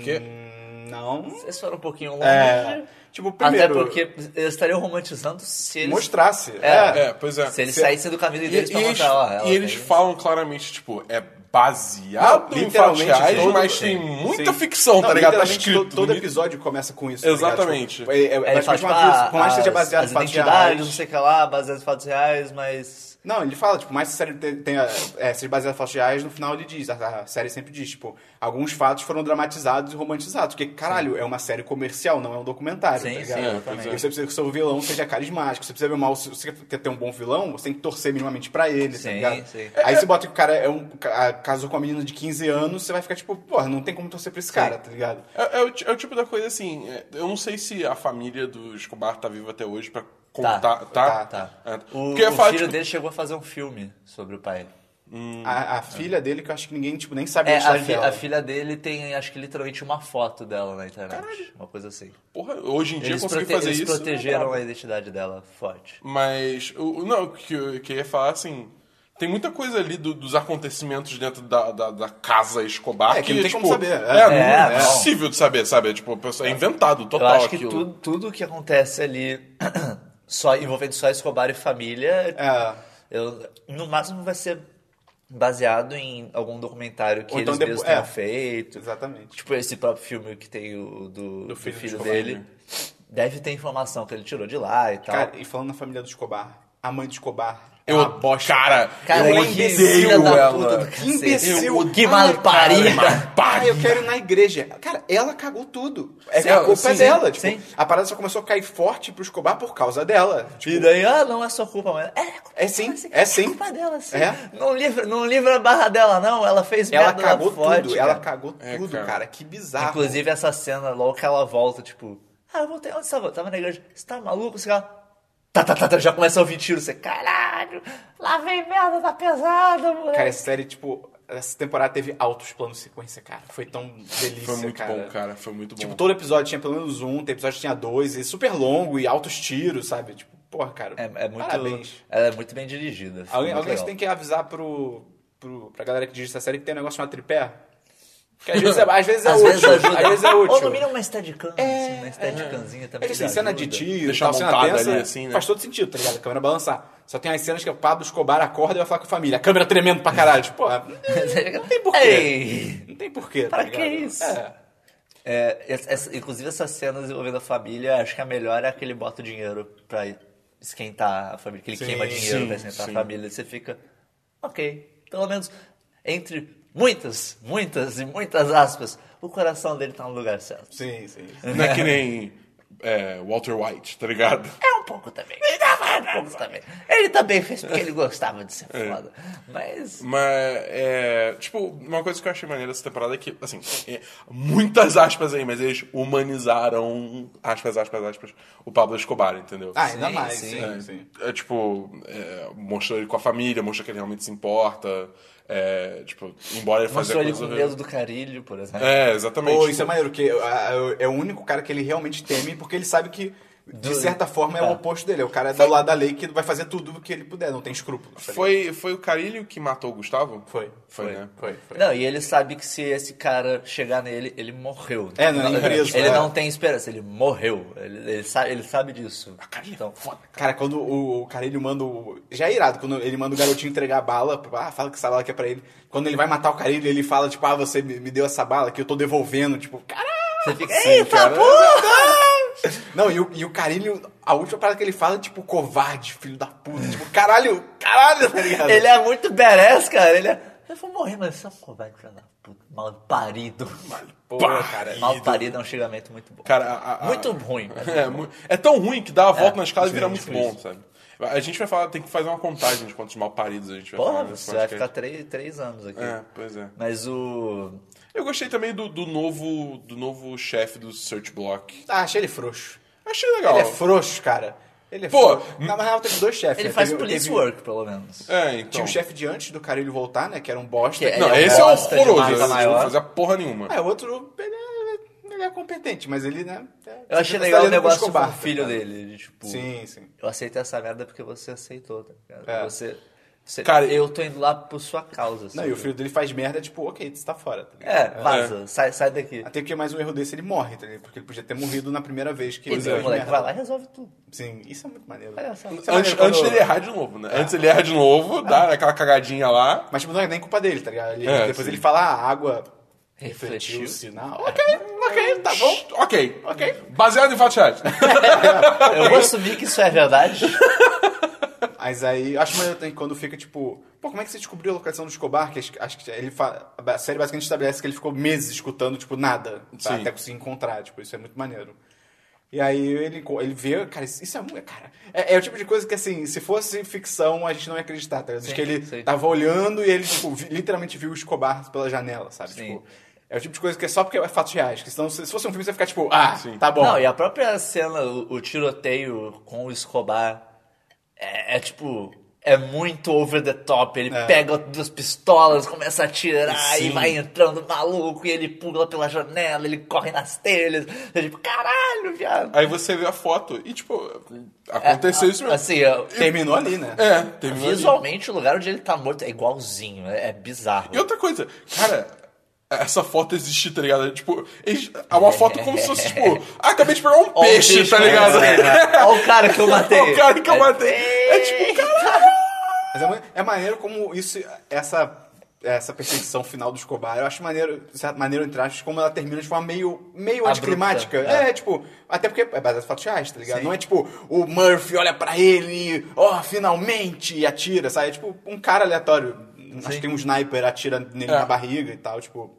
B: Quê?
C: Hum, não.
A: vocês foram um pouquinho longe.
C: É, tipo, primeiro,
A: Até porque eles estariam romantizando se eles,
C: mostrasse.
A: É.
B: É, pois é.
A: se eles
B: Cê-
A: saíssem do caminho
B: E,
A: deles
B: e
A: pra
B: eles,
A: mostrar, ó, ela
B: e eles
A: tem-
B: falam claramente, tipo, é baseado
C: Não,
B: em fatos
C: literalmente,
B: reais,
C: todo-
B: mas tem
A: sim,
B: muita
C: Sim.
B: ficção,
C: Não,
B: tá ligado? Tá
C: literalmente,
B: escrito.
C: to- Todo
B: no-
C: episódio começa com isso. tá ligado?
B: Exatamente.
C: Tipo, é, é,
A: Aí ele fala,
C: praticamente
A: tipo,
C: um aviso.
A: ah,
C: Por mais que seja
A: as-
C: baseado
A: as
C: em fatos
A: identidades, não
C: reais.
A: sei o que lá, baseado em fatos reais, mas...
C: Não, ele fala, tipo, mais que a série te- tenha, é, seja baseada em fatos reais, no final ele diz, a, a série sempre diz, tipo, alguns fatos foram dramatizados e romantizados. Porque, caralho, é uma série comercial, não é um documentário.
A: Sim,
C: tá
A: sim,
C: ligado?
A: exatamente.
C: E você precisa que o seu vilão seja carismático. Você precisa ver mal, se você quer ter um bom vilão, você tem que torcer minimamente pra ele, tá
A: Sim,
C: ligado?
A: sim.
C: Aí você bota que o cara é um, ca- casou com uma menina de 15 anos, você vai ficar tipo, porra, não tem como torcer pra esse cara, tá ligado?
B: É, é o, ti- é o tipo da coisa assim, é, eu não sei se a família do Escobar tá viva até hoje pra contar, tá?
C: tá,
A: Tá.
B: É.
A: O,
B: Porque eu
A: o
B: falo,
A: filho
B: tipo,
A: dele chegou a fazer um filme sobre o pai.
B: Uhum.
C: A, a filha dele, que eu acho que ninguém tipo, nem sabe
A: É,
C: onde tá
A: a, fi-
C: dela.
A: a filha dele tem, acho que literalmente uma foto dela na internet. Uma coisa assim.
B: porra, hoje em Um dia
A: Eles,
B: conseguir
A: prote-
B: fazer
A: eles
B: isso.
A: protegeram a identidade dela forte.
B: Mas, o- o- não, o que eu queria falar, assim, tem muita coisa ali do- dos acontecimentos dentro da, da, da casa Escobar
C: É, que não tem
B: tipo,
C: como saber, é.
B: É,
C: É,
B: não é,
A: não.
B: possível de saber, sabe? É, Tipo, é inventado
A: Eu
B: total
A: acho que
B: aquilo.
A: tudo, tudo que acontece ali, só envolvendo só Escobar e família,
C: É.
B: Tá.
A: eu- no máximo vai ser baseado em algum documentário que
C: Ou então
A: eles
C: depo-
A: mesmos
C: é.
A: tenham feito.
C: Exatamente.
A: Tipo esse próprio filme que tem o do, do
B: filho
A: filho,
B: do Escobar, né?
A: dele. Deve ter informação que ele tirou de lá e tal.
C: Cara, e falando na família do Escobar, a mãe do Escobar é
B: Eu
C: uma
B: adoro. Ah, Cara,
A: Cara,
B: eu
A: que filha
B: odeio
A: da
B: ela.
A: puta do
B: Que
A: cacete.
C: imbecil.
A: Que
C: Ai,
A: malparida.
B: cara,
C: Ah, eu
B: malparida.
C: quero ir na igreja. Cara, ela cagou tudo. É
A: Sim,
C: a culpa é
A: sim,
C: dela. Tipo,
A: sim.
C: a parada só começou a cair forte pro Escobar por causa dela. Tipo,
A: E daí, ah, não é sua culpa, mas. É, é, culpa
C: É sim,
A: dela,
C: é sim.
A: É culpa dela, sim.
C: É.
A: Não, livra, não livra a barra dela, não. Ela fez
C: ela
A: merda lá
C: cagou
A: forte,
C: tudo.
A: cara.
C: Ela cagou
B: É,
C: tudo,
B: cara.
C: cara. Que bizarro.
A: Inclusive, essa cena, logo que ela volta, tipo, ah, eu voltei, onde você tava? Tava na igreja. Você tá maluco? Você lá. Tá, tá, tá, tá, já começa a ouvir tiro. Você, caralho, lá vem merda, tá pesado, moleque.
C: Cara, essa série, tipo, essa temporada teve altos planos de sequência, cara. Foi tão delícia,
B: Foi muito bom, cara. Foi muito bom.
C: Tipo, todo episódio tinha pelo menos um, tem episódio que tinha dois, e super longo, e altos tiros, sabe? Tipo, porra, cara.
A: é, é muito.
C: Parabéns.
A: Ela é muito bem dirigida. ficou
C: Alguém,
A: muito
C: alguém
A: legal.
C: tem que avisar pro, pro, pra galera que dirige essa série que tem um negócio chamado tripé. Que às vezes é, às vezes é
A: Às
C: útil.
A: vezes ajuda.
C: Às vezes é útil.
A: Ou no mínimo uma steadicam, assim, uma steadicamzinha
C: É
A: também.
C: que
A: já
C: assim, cena de
A: ajuda.
C: tiro,
B: Deixar
C: tal, cena
B: montada
C: tensa,
B: ali, assim, né?
C: faz todo sentido, tá ligado? A câmera balançar. Só tem as cenas que o Pablo Escobar acorda e vai falar com a família. A câmera tremendo pra caralho. Tipo, porra,
A: É,
C: não tem porquê.
A: Ei!
C: Não tem porquê, tá
A: Pra
C: ligado?
A: que isso?
C: É.
A: É, essa- essa- inclusive essas cenas envolvendo a família, acho que a melhor é aquele bota o dinheiro pra esquentar a família, que ele
C: Sim,
A: queima dinheiro pra
B: sim,
A: esquentar
B: sim.
A: a família. E você fica, ok, pelo menos entre muitas, muitas e muitas aspas, o coração dele tá no lugar certo.
C: Sim, sim.
B: Não é que nem é, Walter White, tá ligado?
A: É um pouco também.
C: tá
A: É um pouco também. Ele também fez porque ele gostava de ser
C: É.
A: foda. Mas.
B: Mas, é, tipo, uma coisa que eu achei maneira dessa temporada é que, assim, é, muitas aspas aí, mas eles humanizaram, aspas, aspas, aspas, o Pablo Escobar, entendeu?
C: Ah, ainda
A: Sim,
C: mais,
A: sim.
C: sim,
B: É,
C: sim.
B: é, tipo, é, mostrou ele com a família, mostrou que ele realmente se importa, é, tipo, embora ele fazia
A: Mostrou ele
B: coisa...
A: com o dedo do carilho, por exemplo.
B: É, exatamente.
C: Pô, isso é maneiro, porque a- a- é o único cara que ele realmente teme, porque ele sabe que, de
A: Do-
C: certa forma, é
A: tá.
C: o oposto dele. É o cara do lado da lei que vai fazer tudo o que ele puder, não tem escrúpulos. tá
B: Foi, foi o Carilho que matou o Gustavo?
C: Foi.
B: Foi,
A: Foi.
B: né?
C: Foi, foi.
A: Não, e ele sabe que se esse cara chegar nele, ele morreu. né?
C: É, não, ele é preso,
A: Ele
C: é.
A: não tem esperança, ele morreu. Ele, ele sabe, ele sabe disso. Então,
C: Cara, quando o, o cara ele manda o. Já é irado, quando ele manda o garotinho entregar a bala, ah, fala que essa bala aqui é pra ele. Quando ele vai matar o cara ele, ele fala, tipo, ah, você me, me deu essa bala que eu tô devolvendo, tipo, caralho!
A: você fica, tá
B: Sim,
A: eita
B: cara.
A: porra!
C: Não, e o, e o Carilho, a última parada que ele fala é tipo, covarde, filho da puta. Tipo, caralho, caralho, tá ligado?
A: Ele é muito badass, cara. Ele é, Eu vou morrer, mas você é um covarde, filha da puta. Mal parido.
C: Pô, cara.
A: Mal parido é um xingamento muito bom.
B: Cara, a- a-
A: muito ruim. mas
B: É, mu- é tão ruim que dá a volta
A: É,
B: na escala e vira
A: sim,
B: muito
A: sim.
B: bom, sabe? A gente vai falar, tem que fazer uma contagem de quantos mal paridos a gente vai
A: Porra,
B: falar né? nesse
A: você vai ficar
B: podcast.
A: três, três anos aqui.
B: É, pois é.
A: Mas o.
B: Eu gostei também do, do novo, do novo chefe do Search Block.
C: Ah, achei ele frouxo.
B: Achei legal.
C: Ele é frouxo, cara. Ele é
B: Pô,
C: frouxo. Na na real, teve dois chefes.
A: Ele
C: né?
A: faz
C: Teve-
A: police
C: teve-
A: work, pelo menos.
B: É, então.
C: Tinha o chefe de antes do Carilho voltar, né? Que era um bosta.
A: Que é-
B: Não,
A: ele
B: esse é
A: bosta
B: horroroso.
A: demais,
B: Ele
A: a
B: não
A: maior.
B: fazia porra nenhuma.
C: Ah, o outro, ele é, ele é competente, mas ele, né? é-
A: Eu achei
C: tá
A: legal o
C: lidando com os
A: negócio com o
C: combates,
A: filho
C: né?
A: dele. de, tipo,
C: Sim, sim.
A: eu aceito essa merda porque você aceitou, tá ligado?
C: É.
A: Você, você-
B: Cara,
A: eu tô indo lá por sua causa.
C: Não,
A: sabe?
C: e o filho dele faz merda, tipo, ok, você tá fora. Tá ligado?
A: É, vaza, Sai, sai daqui.
C: Até porque mais um erro desse ele morre, tá ligado? Porque ele podia ter morrido na primeira vez que
A: E
C: ele
A: o
C: fez
A: é, moleque
C: merda.
A: vai lá e resolve tudo.
C: Sim, isso é muito maneiro.
A: Olha só.
C: Isso é
B: Antes,
C: maneiro
B: antes
C: quando-
B: dele errar de novo, né? Antes ele erra de novo, dá aquela cagadinha lá.
C: Mas tipo, não é nem culpa dele, tá ligado? Ele-
B: É,
C: depois
B: sim.
C: ele fala, ah, a água
A: Refletiu.
C: refletiu o sinal. Ok, ok, tá bom.
B: Ok.
C: Ok.
B: Baseado em fatos reais.
A: Eu vou assumir que isso é verdade.
C: Mas aí, eu acho maneiro também quando fica tipo, pô, como é que você descobriu a locação do Escobar? Que acho, acho que ele fa... a série basicamente estabelece que ele ficou meses escutando, tipo, nada, tá?
B: Sim.
C: até conseguir encontrar, tipo, isso é muito maneiro. E aí ele, enco- ele vê, cara, isso isso é muito, cara, é, é o tipo de coisa que assim, se fosse ficção a gente não ia acreditar, tá? ligado? Acho
A: Sim,
C: que ele
A: sim.
C: tava olhando e ele, tipo, vi- literalmente viu o Escobar pela janela, sabe?
A: Sim.
C: Tipo, é o tipo de coisa que é só porque é fatos reais, que senão se se fosse um filme você ia ficar tipo, ah, tá bom.
A: Não, e a própria cena, o, o tiroteio com o Escobar, é, é tipo. É muito over the top. Ele pega duas pistolas, começa a atirar e
B: Sim.
A: vai entrando maluco. E ele pula pela janela, ele corre nas telhas. É tipo, caralho, viado.
B: Aí você vê a foto e, tipo, aconteceu isso mesmo.
A: Assim, é-
C: Terminou ali, né?
B: é, terminou ali.
A: visualmente o lugar onde ele tá morto é igualzinho. É, é bizarro.
B: E outra coisa, cara, essa foto existe, tá ligado? Tipo, ex- é uma foto como se fosse, tipo, ah, acabei de pegar um
A: Ó o
B: peixe, tá ligado?
A: É, é. Ó o cara que eu matei.
B: Ó o cara que eu
A: É- um
B: matei. É tipo,
C: Mas é, ma- é maneiro como isso, essa, essa perseguição final do Escobar, eu acho maneiro, de certa maneira, entre aspas, como ela termina de forma meio, meio
A: Abrupta,
C: anticlimática.
A: é.
C: É. tipo, até porque é baseado em fatos reais, tá ligado? Não é tipo, o Murphy olha pra ele, ó, finalmente, e atira, sabe? É tipo, um cara aleatório, acho que tem um sniper, atira nele
B: É.
C: na barriga e tal, tipo...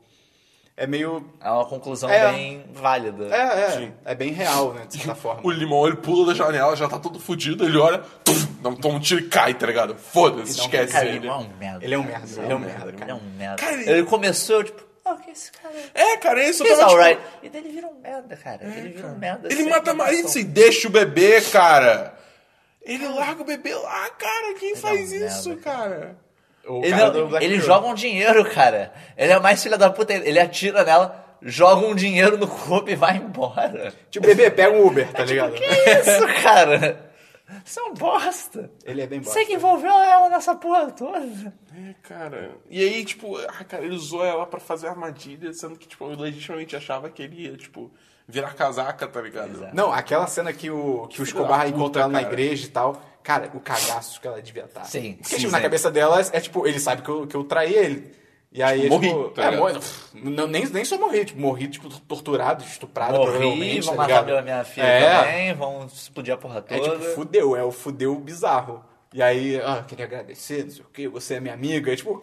C: É meio...
A: É uma conclusão
C: É.
A: bem válida.
C: É, é,
B: Sim.
C: é bem real, né, de certa forma.
B: O limão, ele pula da janela, já tá todo fudido, ele olha, tum, não toma um tiro e cai, tá ligado? Foda-se,
C: Não,
B: esquece
A: Cara,
B: ele.
A: ele é um merda.
C: Ele é um merda, ele é um merda,
A: Ele é
C: cara.
A: um merda.
B: Cara,
A: ele...
B: ele-
A: começou, eu, tipo, ah, que esse cara é.
B: É, cara, isso eu
A: He's
B: tava, tipo,
A: alright. E daí ele vira um merda, cara. ele vira um merda.
B: Ele
A: sem
B: mata a
A: noção.
B: Maritza e deixa o bebê, cara. Ele larga o bebê lá, cara. Quem faz
A: é merda,
B: isso, cara?
C: O
A: Ele,
C: cara
A: não-
C: do Black
A: ele
C: Mirror.
A: joga um dinheiro, cara. Ele é mais filha da puta. ainda. Ele atira nela, joga um dinheiro no corpo e vai embora.
C: Tipo, bebê, pega um Uber, tá ligado?
A: Tipo, Que isso, cara? Isso é um bosta.
C: Ele é bem bosta.
A: Você que envolveu ela nessa porra toda.
B: É, cara. E aí, tipo, ah, cara, ele usou ela pra fazer armadilha, sendo que, tipo, eu legitimamente achava que ele ia, tipo, virar casaca, tá ligado?
A: Exato.
C: Não, aquela cena que o, que o
B: Filho da
C: Escobar
B: puta,
C: encontra ela na
B: cara.
C: igreja e tal. Cara, o cagaço que ela devia estar.
A: Sim,
C: Porque,
A: sim,
C: tipo, na
A: sim.
C: cabeça dela é tipo, ele sabe que eu, que eu traí ele. E aí,
B: Tipo,
C: tipo,
B: morri, tá
C: é,
B: ligado?
C: morri, pff, não, nem, nem só morri, tipo, morri, tipo, torturado, estuprado,
A: Morri,
C: provavelmente.
A: vão
C: tá
A: matar
C: ligado?
A: minha, minha filha
C: é,
A: também, vão explodir a porra toda.
C: É tipo, fudeu, é o fudeu bizarro. E aí, ah, queria agradecer, não sei o quê, você é minha amiga. E, tipo,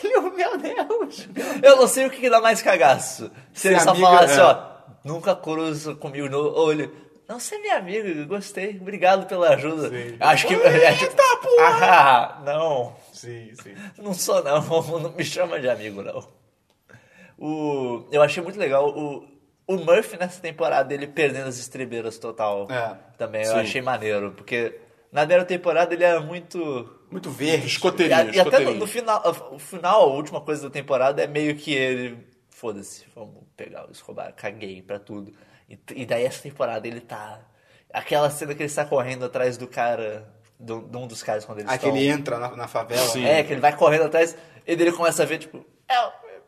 C: caralho, meu Deus.
A: Eu não sei o que, que dá mais cagaço. Se ele
C: Ser
A: só
C: amiga,
A: falasse,
C: é.
A: ó, nunca cruza comigo no olho. Não, você é minha amiga, eu gostei, obrigado pela ajuda. Acho que. é tipo, ah, não,
C: Sim, sim.
A: não sou não, não me chama de amigo não. O, eu achei muito legal o, o Murphy nessa temporada, ele perdendo as estrebeiras total.
C: É.
A: Também eu
B: Sim.
A: achei maneiro, porque na primeira temporada ele era muito.
C: Muito verde.
A: E, a-
B: Escoteirinho,
A: e até no,
B: escoteirinho.
A: no final, ah, o final, a última coisa da temporada é meio que ele. Foda-se, vamos pegar o Escobar, caguei pra tudo. E, e daí essa temporada ele tá. Aquela cena que ele está correndo atrás do cara, do- de um dos caras quando eles
C: Aí que ele
A: estão.
C: entra na, na favela. né?
B: Sim.
A: É, que ele vai correndo atrás e daí ele começa a ver, tipo. É,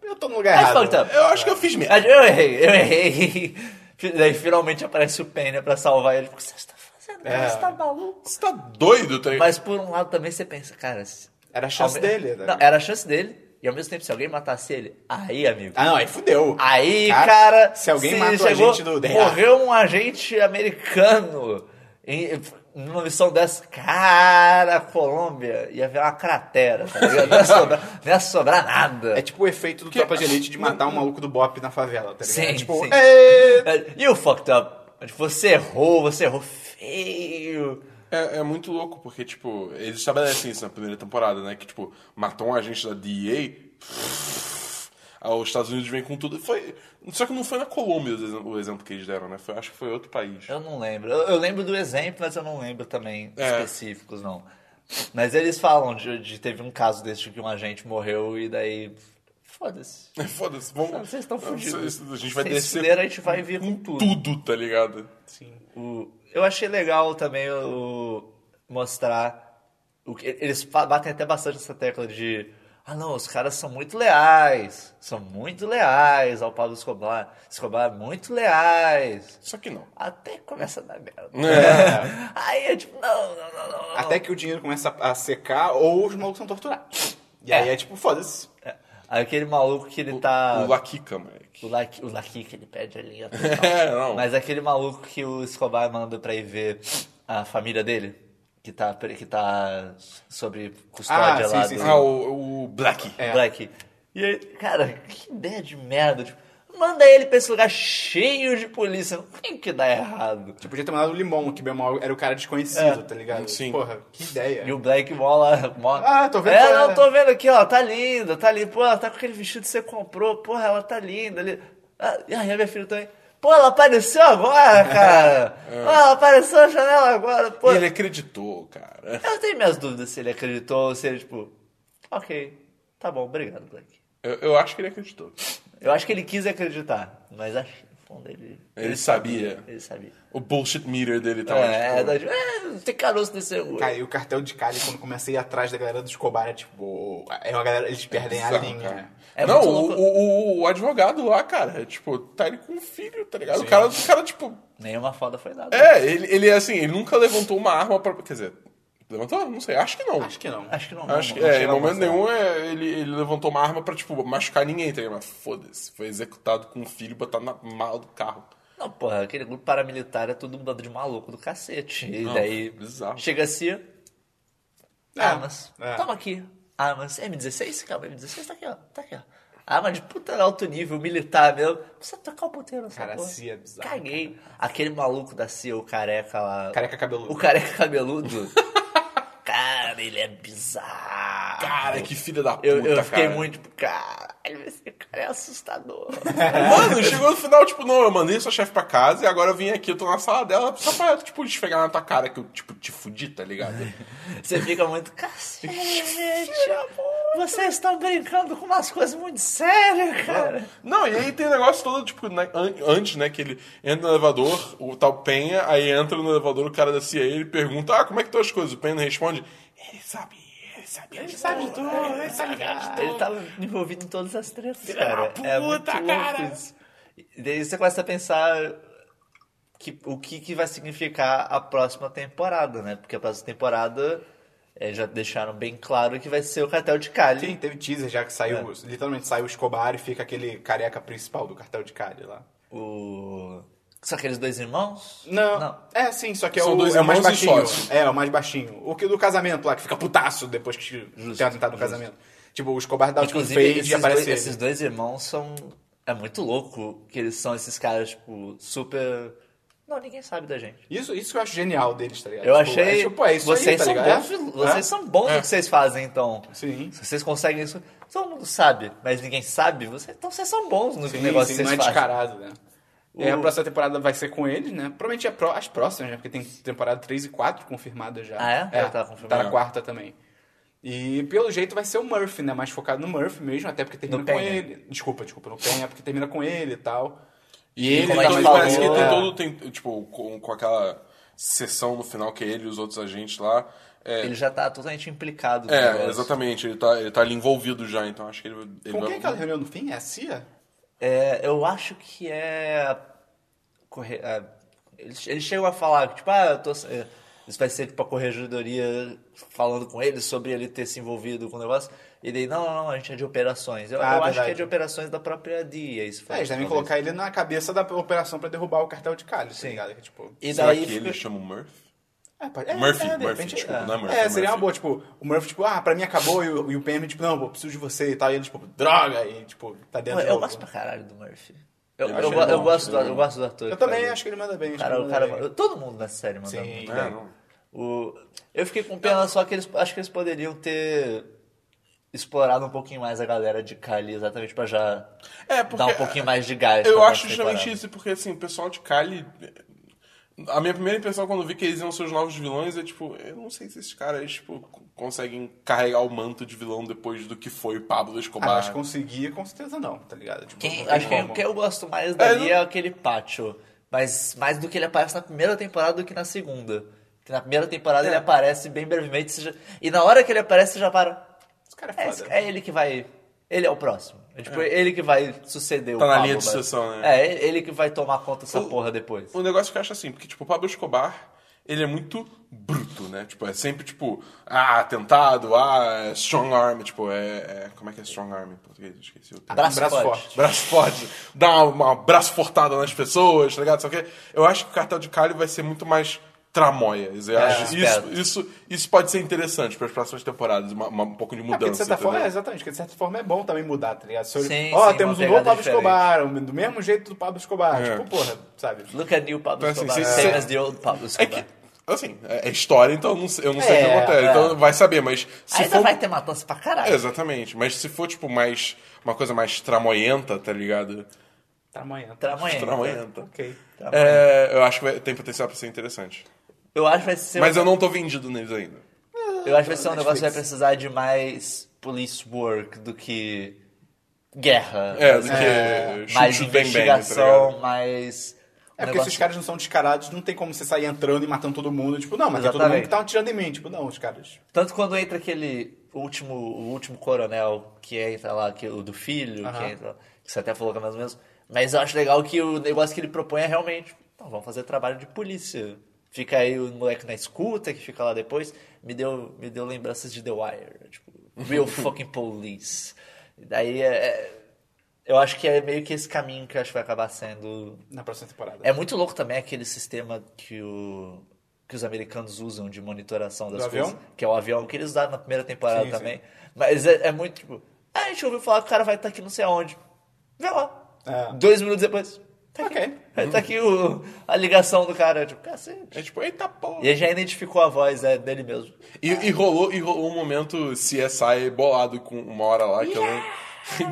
C: Eu tô no lugar
A: I
C: errado.
A: fucked up.
B: Eu acho que eu fiz merda.
A: eu errei, eu errei. Daí finalmente aparece o Penha pra salvar ele. Tipo, o que você está fazendo? cara?
C: É.
A: Você tá maluco?
B: Você tá doido, tá ligado?
A: Mas por um lado também você pensa, cara. se-
C: Era a chance
A: ao me-
C: dele, né?
A: Não, era a chance dele. E ao mesmo tempo, se alguém matasse ele, aí, amigo.
C: Ah, não, aí fudeu.
A: Aí, cara.
C: Se alguém mata o
A: chegou,
C: agente do DEA.
A: Morreu um agente americano. em- numa missão dessa, cara, Colômbia, ia virar uma cratera, tá ligado? Não ia sobrar, não ia sobrar nada.
C: É tipo o efeito do Tropa de Elite de matar um maluco do Bop na favela, tá ligado?
A: Sim,
C: tipo,
A: sim.
C: "É,
A: E o fucked up? Tipo, Você errou, você errou feio.
B: É, é muito louco, porque, tipo, eles estabelecem isso na primeira temporada, né? Que, tipo, matou um agente da DEA, aí os Estados Unidos vêm com tudo. Foi, só que não foi na Colômbia o exemplo- o exemplo que eles deram, né? Foi- acho que foi outro país.
A: Eu não lembro. Eu, eu lembro do exemplo, mas eu não lembro também
B: É.
A: específicos, não. Mas eles falam de, de teve um caso desse de que um agente morreu e daí. Foda-se.
B: Foda-se, vamos...
A: Vocês estão fudidos.
B: A gente vai
A: Vocês
B: descer
A: fuderam, a gente vai vir com tudo.
B: tudo, tá ligado?
A: O- eu achei legal também o, o- mostrar. O, que- eles fa- batem até bastante essa tecla de. Ah, não, os caras são muito leais. São muito leais ao Pablo Escobar. Escobar, muito leais.
B: Só que não.
A: Até começa a dar merda.
B: É.
A: Aí é tipo, não, não, não, não.
C: Até que o dinheiro começa a secar ou os malucos são torturados. E aí é tipo, foda-se.
A: É. Aí Aquele maluco que ele tá.
B: O Laquica, moleque.
A: O Laqui, o Laqui que ele pede a linha.
B: É, não.
A: Mas aquele maluco que o Escobar manda pra ir ver a família dele, que tá, que tá sobre custódia
C: Ah, sim,
A: lá
C: sim,
A: do
B: Ah, o, o Black.
C: É.
A: Black. E aí, cara, que ideia de merda. Tipo, manda ele pra esse lugar cheio de polícia. Não tem que dar errado.
C: Tipo, podia ter mandado o Limão, que bem ou mal era o cara desconhecido,
A: É.
C: tá ligado?
B: Sim.
C: Porra, que ideia.
A: E o Black mola. mola.
C: Ah, tô vendo
A: É,
C: que-
A: não, tô vendo aqui, ó. Tá linda, tá linda. Pô, ela tá com aquele vestido que você comprou. Porra, ela tá linda ali. Ah, e aí, a minha filha também. Pô, ela apareceu agora, cara.
C: É.
A: Pô, ela apareceu na janela agora. Pô,
B: E ele acreditou, cara.
A: eu tenho minhas dúvidas se ele acreditou ou se ele, tipo, ok, tá bom, obrigado, Black.
B: Eu, eu acho que ele acreditou.
A: Eu acho que ele quis acreditar, mas acho que no fundo ele.
B: Ele sabia.
A: Ele sabia.
B: O bullshit meter dele tava,
A: É,
B: tipo...
A: é, é, tem caroço nesse olho.
C: Cara, e o cartel de Cali, quando comecei atrás da galera do Escobar, é tipo, "Oh", é uma galera, eles perdem a
B: Bizarro,
C: linha. né?
B: cara.
A: É
B: não,
A: muito
B: o,
A: louco.
B: o, o- o advogado lá, cara, é, tipo, tá ele com um filho, tá ligado? O cara, o cara, tipo,
A: Nenhuma foda foi dada.
B: é, ele, ele é assim, ele nunca levantou uma arma pra. Quer dizer, levantou? Não sei, acho que não.
C: Acho que não.
A: Acho que não.
B: Acho
A: não,
B: que,
A: não
B: é, em
A: chegava a
B: momento
A: mostrar.
B: nenhum é, ele, ele levantou uma arma pra, tipo, machucar ninguém, tá ligado? Mas foda-se, foi executado com um filho e botar na mala do carro.
A: Não, porra, aquele grupo paramilitar é todo um bando de maluco do cacete. E
B: Não,
A: daí.
B: bizarro.
A: Chega assim.
C: É,
A: Armas.
C: é.
A: Toma aqui. Armas. M16? Calma, M16 tá aqui, ó. Tá aqui, ó. Arma de puta alto nível, militar mesmo. Precisa tocar o puteiro nessa
C: Cara, a
A: porra.
C: CIA é bizarra,
A: Caguei. Aquele maluco da CIA, o careca lá.
C: Careca cabeludo.
A: O careca cabeludo. cara, ele é bizarro.
B: Cara, que filha da puta,
A: eu, eu fiquei
B: cara.
A: muito tipo, caralho, esse cara é assustador.
B: Mano, chegou no final, tipo, não, eu mandei sua chefe pra casa e agora eu vim aqui, eu tô na sala dela só pra, tipo, esfregar na tua cara que eu, tipo, te fudi, tá ligado?
A: Você fica muito, cacete, vocês estão brincando com umas coisas muito sérias, cara.
B: Não, e aí tem o negócio todo, tipo, né, an- antes, né, que ele entra no elevador, o tal Penha, aí entra no elevador o cara da CIA ele pergunta, ah, como é que estão as coisas? O Penha responde, ele sabe, ele sabe, ele sabe de tudo, ele sabe de tudo.
A: Ele tava envolvido em todas as tretas,
B: da
A: cara.
B: puta,
A: é muito louco
B: cara.
A: isso. E daí você começa a pensar que, o que, que vai significar a próxima temporada, né? Porque a próxima temporada eh, já deixaram bem claro que vai ser o cartel de Cali.
C: Sim, teve teaser já que
A: É.
C: saiu, literalmente saiu o Escobar e fica aquele careca principal do cartel de Cali lá.
A: O... São aqueles dois irmãos?
C: Não. É, sim, só que é
B: São
C: o,
B: dois
C: é o mais
B: irmãos e
C: baixinho.
B: sócio.
C: É, é o mais baixinho. O que do casamento lá, que fica putaço depois que tem atentado no casamento. Tipo, o Escobar dá um
A: Inclusive,
C: fade
A: esses,
C: e aparece
A: dois,
C: ele.
A: esses dois irmãos são. É muito louco que eles são esses caras, tipo, super. Não, ninguém sabe da gente.
C: Isso, isso que eu acho genial deles, tá ligado?
A: Eu
C: Tipo,
A: achei.
C: É, tipo, é isso
A: vocês
C: aí, tá
A: são
C: ligado?
A: bons,
C: É?
A: vocês são bons no que vocês fazem, então.
C: Sim.
A: Se vocês conseguem isso. Todo mundo sabe, mas ninguém sabe. Você, então vocês são bons no
C: Sim,
A: negócio
C: sim,
A: que
C: não é
A: vocês fazem.
C: descarado, né? E aí a
A: O-
C: próxima temporada vai ser com eles, né? Provavelmente é pró- as próximas, né? Porque tem temporada 3 e 4 confirmadas já.
A: Ah, é?
C: é
A: Já tá confirmado.
C: Tá na quarta também. E pelo jeito vai ser o Murphy, né? Mais focado no Murphy mesmo, até porque termina
A: No
C: com
A: Penha.
C: ele. Desculpa, desculpa, no Penha, porque termina com ele e tal. E,
B: E
C: ele
A: como
B: ele
A: a
C: tá
A: gente
B: também
C: mais
A: falou,
B: parece que ele tem
A: é.
B: todo, tem, tipo, com, com aquela sessão no final que é ele e os outros agentes lá. É,
A: Ele já tá totalmente implicado no
B: é,
A: negócio.
B: exatamente, ele tá, ele tá ali envolvido já, então acho que ele, ele
C: Com
B: vai.
C: quem é aquela reunião no fim? É a Cia?
A: É, eu acho que é. Corre... é, Eles, eles chegam a falar, que, tipo, ah, eu tô. é, Isso vai ser tipo a corregedoria falando com ele sobre ele ter se envolvido com o negócio. E daí, não, não, não, a gente é de operações. Eu,
C: Ah,
A: eu acho que é
C: verdade.
A: de operações da própria DIA. Isso foi
C: É, eles devem
A: talvez.
C: colocar ele na cabeça da operação pra derrubar o cartel de Cali, tá ligado? Que, tipo,
A: E
B: Será
A: daí
B: que
A: fica-
B: ele chama o Murphy?
C: É, pode- é,
B: Murphy,
C: é, de
B: Murphy,
C: repente,
B: desculpa,
C: é.
B: não é Murphy,
C: É, seria
B: Murphy.
C: uma boa, tipo, o Murphy, tipo, ah, pra mim acabou, e o, e o PM, tipo, não, pô, preciso de você e tal, e ele, tipo, droga, e, tipo, tá
A: Eu,
C: dentro do-
A: gosto pra caralho do Murphy. Eu,
B: Eu
A: eu,
B: acho
A: go-
B: ele
A: eu
B: bom,
A: gosto
B: acho
A: do,
B: ele
A: eu
B: bom.
A: gosto do ator.
C: Eu também
A: cara.
C: acho que ele manda bem. acho que
A: Cara,
C: ele
A: o
C: manda
A: cara, é
C: bem.
A: todo mundo nessa série manda
C: Sim.
A: muito
B: É,
A: bem.
B: não.
A: O, eu fiquei com pena só que eles acho que eles poderiam ter explorado um pouquinho mais a galera de Kylie exatamente pra já
B: É, porque-
A: dar um pouquinho mais de gás.
B: Eu
A: pra
B: acho
A: próxima
B: justamente
A: temporada.
B: isso, porque assim, o pessoal de Cali. A minha primeira impressão quando eu vi que eles iam ser os novos vilões é tipo, eu não sei se esses caras tipo, c- conseguem carregar o manto de vilão depois do que foi o Pablo
C: Ah,
B: Escobar.
C: mas conseguir, com certeza não, tá ligado? Tipo,
A: Quem-
C: não tem
A: acho que é
C: como.
A: o que eu gosto mais
B: É,
A: dali
B: não-
A: é, aquele pátio. Mas mais do que ele aparece na primeira temporada do que na segunda. Porque na primeira temporada
B: É.
A: ele aparece bem brevemente. você já- E na hora que ele aparece, você já para.
C: Esse cara
A: É,
C: é
A: esse-
C: foda.
A: é ele que vai. Ele é o próximo. É, tipo, ele que vai suceder
B: Tá
A: o
B: na
A: Pablo,
B: linha de
A: mas-
B: sucessão, né?
A: É, ele- ele que vai tomar conta dessa porra depois.
B: O negócio que eu acho assim, porque tipo, o Pablo Escobar, ele é muito bruto, né? Tipo, é sempre tipo, ah, atentado, ah, strong arm, tipo, é, é- como é que é strong arm em português? Eu Esqueci o termo.
A: Braço,
C: Ah, braço
A: forte.
C: forte. É,
B: braço forte, dá uma, um braço fortada nas pessoas, tá ligado? Só que eu acho que o cartel de Cali vai ser muito mais tramóia. Eu acho isso,
A: É, espero.
B: isso, isso pode ser interessante para as próximas temporadas, uma, uma- um pouco de
C: É, porque de
B: mudança.
C: certa forma, é,
B: entendeu?
C: exatamente, porque de certa forma é bom também mudar, tá ligado? Se eu-
A: Sim,
C: Ó,
A: sim,
C: temos
A: uma
C: um novo
A: pegada
C: Pablo
A: diferente.
C: Escobar, um- do mesmo jeito do Pablo Escobar,
B: É.
C: tipo, porra, sabe?
A: Look at new Pablo
B: Então, assim,
A: Escobar.
B: se-
A: Same
B: se-
A: as the old Pablo
B: é
A: Escobar.
B: que, assim, é é história, então eu não sei, eu não sei o que
C: É,
B: acontece.
C: é.
B: Então vai saber, mas se
A: Ainda
B: for.
A: vai ter matança pra
B: É,
A: caralho.
B: exatamente, mas se for, tipo, mais. Uma coisa mais tramoienta, tá ligado?
C: Tá amanhã.
A: Até amanhã.
B: Tramoienta.
C: Ok.
B: É, eu acho que vai- tem potencial pra ser interessante.
A: Eu acho que vai ser. um
B: Mas eu não tô vendido neles ainda.
A: Eu acho que vai ser um negócio que vai precisar de mais police work do que guerra.
B: É,
A: Vai
B: do
A: ser
B: que é,
A: mais
B: chute bem bem, tá
A: investigação,
B: ligado?
A: mais.
C: É
A: um
C: porque esses
A: negócio-
C: caras não são descarados, não tem como você sair entrando e matando todo mundo. Tipo, não, mas é todo mundo
A: Exatamente.
C: que tá atirando em mim. Tipo, não, os caras.
A: Tanto quando entra aquele último, o último coronel que entra lá, que, o do filho, que
C: Aham.
A: entra lá, que você até falou que é mais ou menos. Mas eu acho legal que o negócio que ele propõe é realmente. Não, vamos fazer trabalho de polícia. Fica aí o moleque na escuta, que fica lá depois. Me deu, me deu lembranças de The Wire. Tipo, real fucking police. Daí é, é- Eu acho que é meio que esse caminho que eu acho que vai acabar sendo
C: Na próxima temporada.
A: é muito louco também aquele sistema que, o- que os americanos usam de monitoração das
C: Do
A: coisas.
C: avião?
A: Que é o avião que eles usaram na primeira temporada
C: Sim, sim.
A: também. Mas é, é muito tipo. Ah, a gente ouviu falar que o cara vai estar aqui não sei aonde. Vê lá.
C: É.
A: Dois minutos depois. Tá aqui,
C: Ok.
A: tá aqui o- a ligação do cara. Tipo, cacete.
B: É tipo, eita porra.
A: E ele já identificou a voz é, dele mesmo.
B: E, e rolou, e rolou um momento CSI bolado com uma hora lá que eu lembro.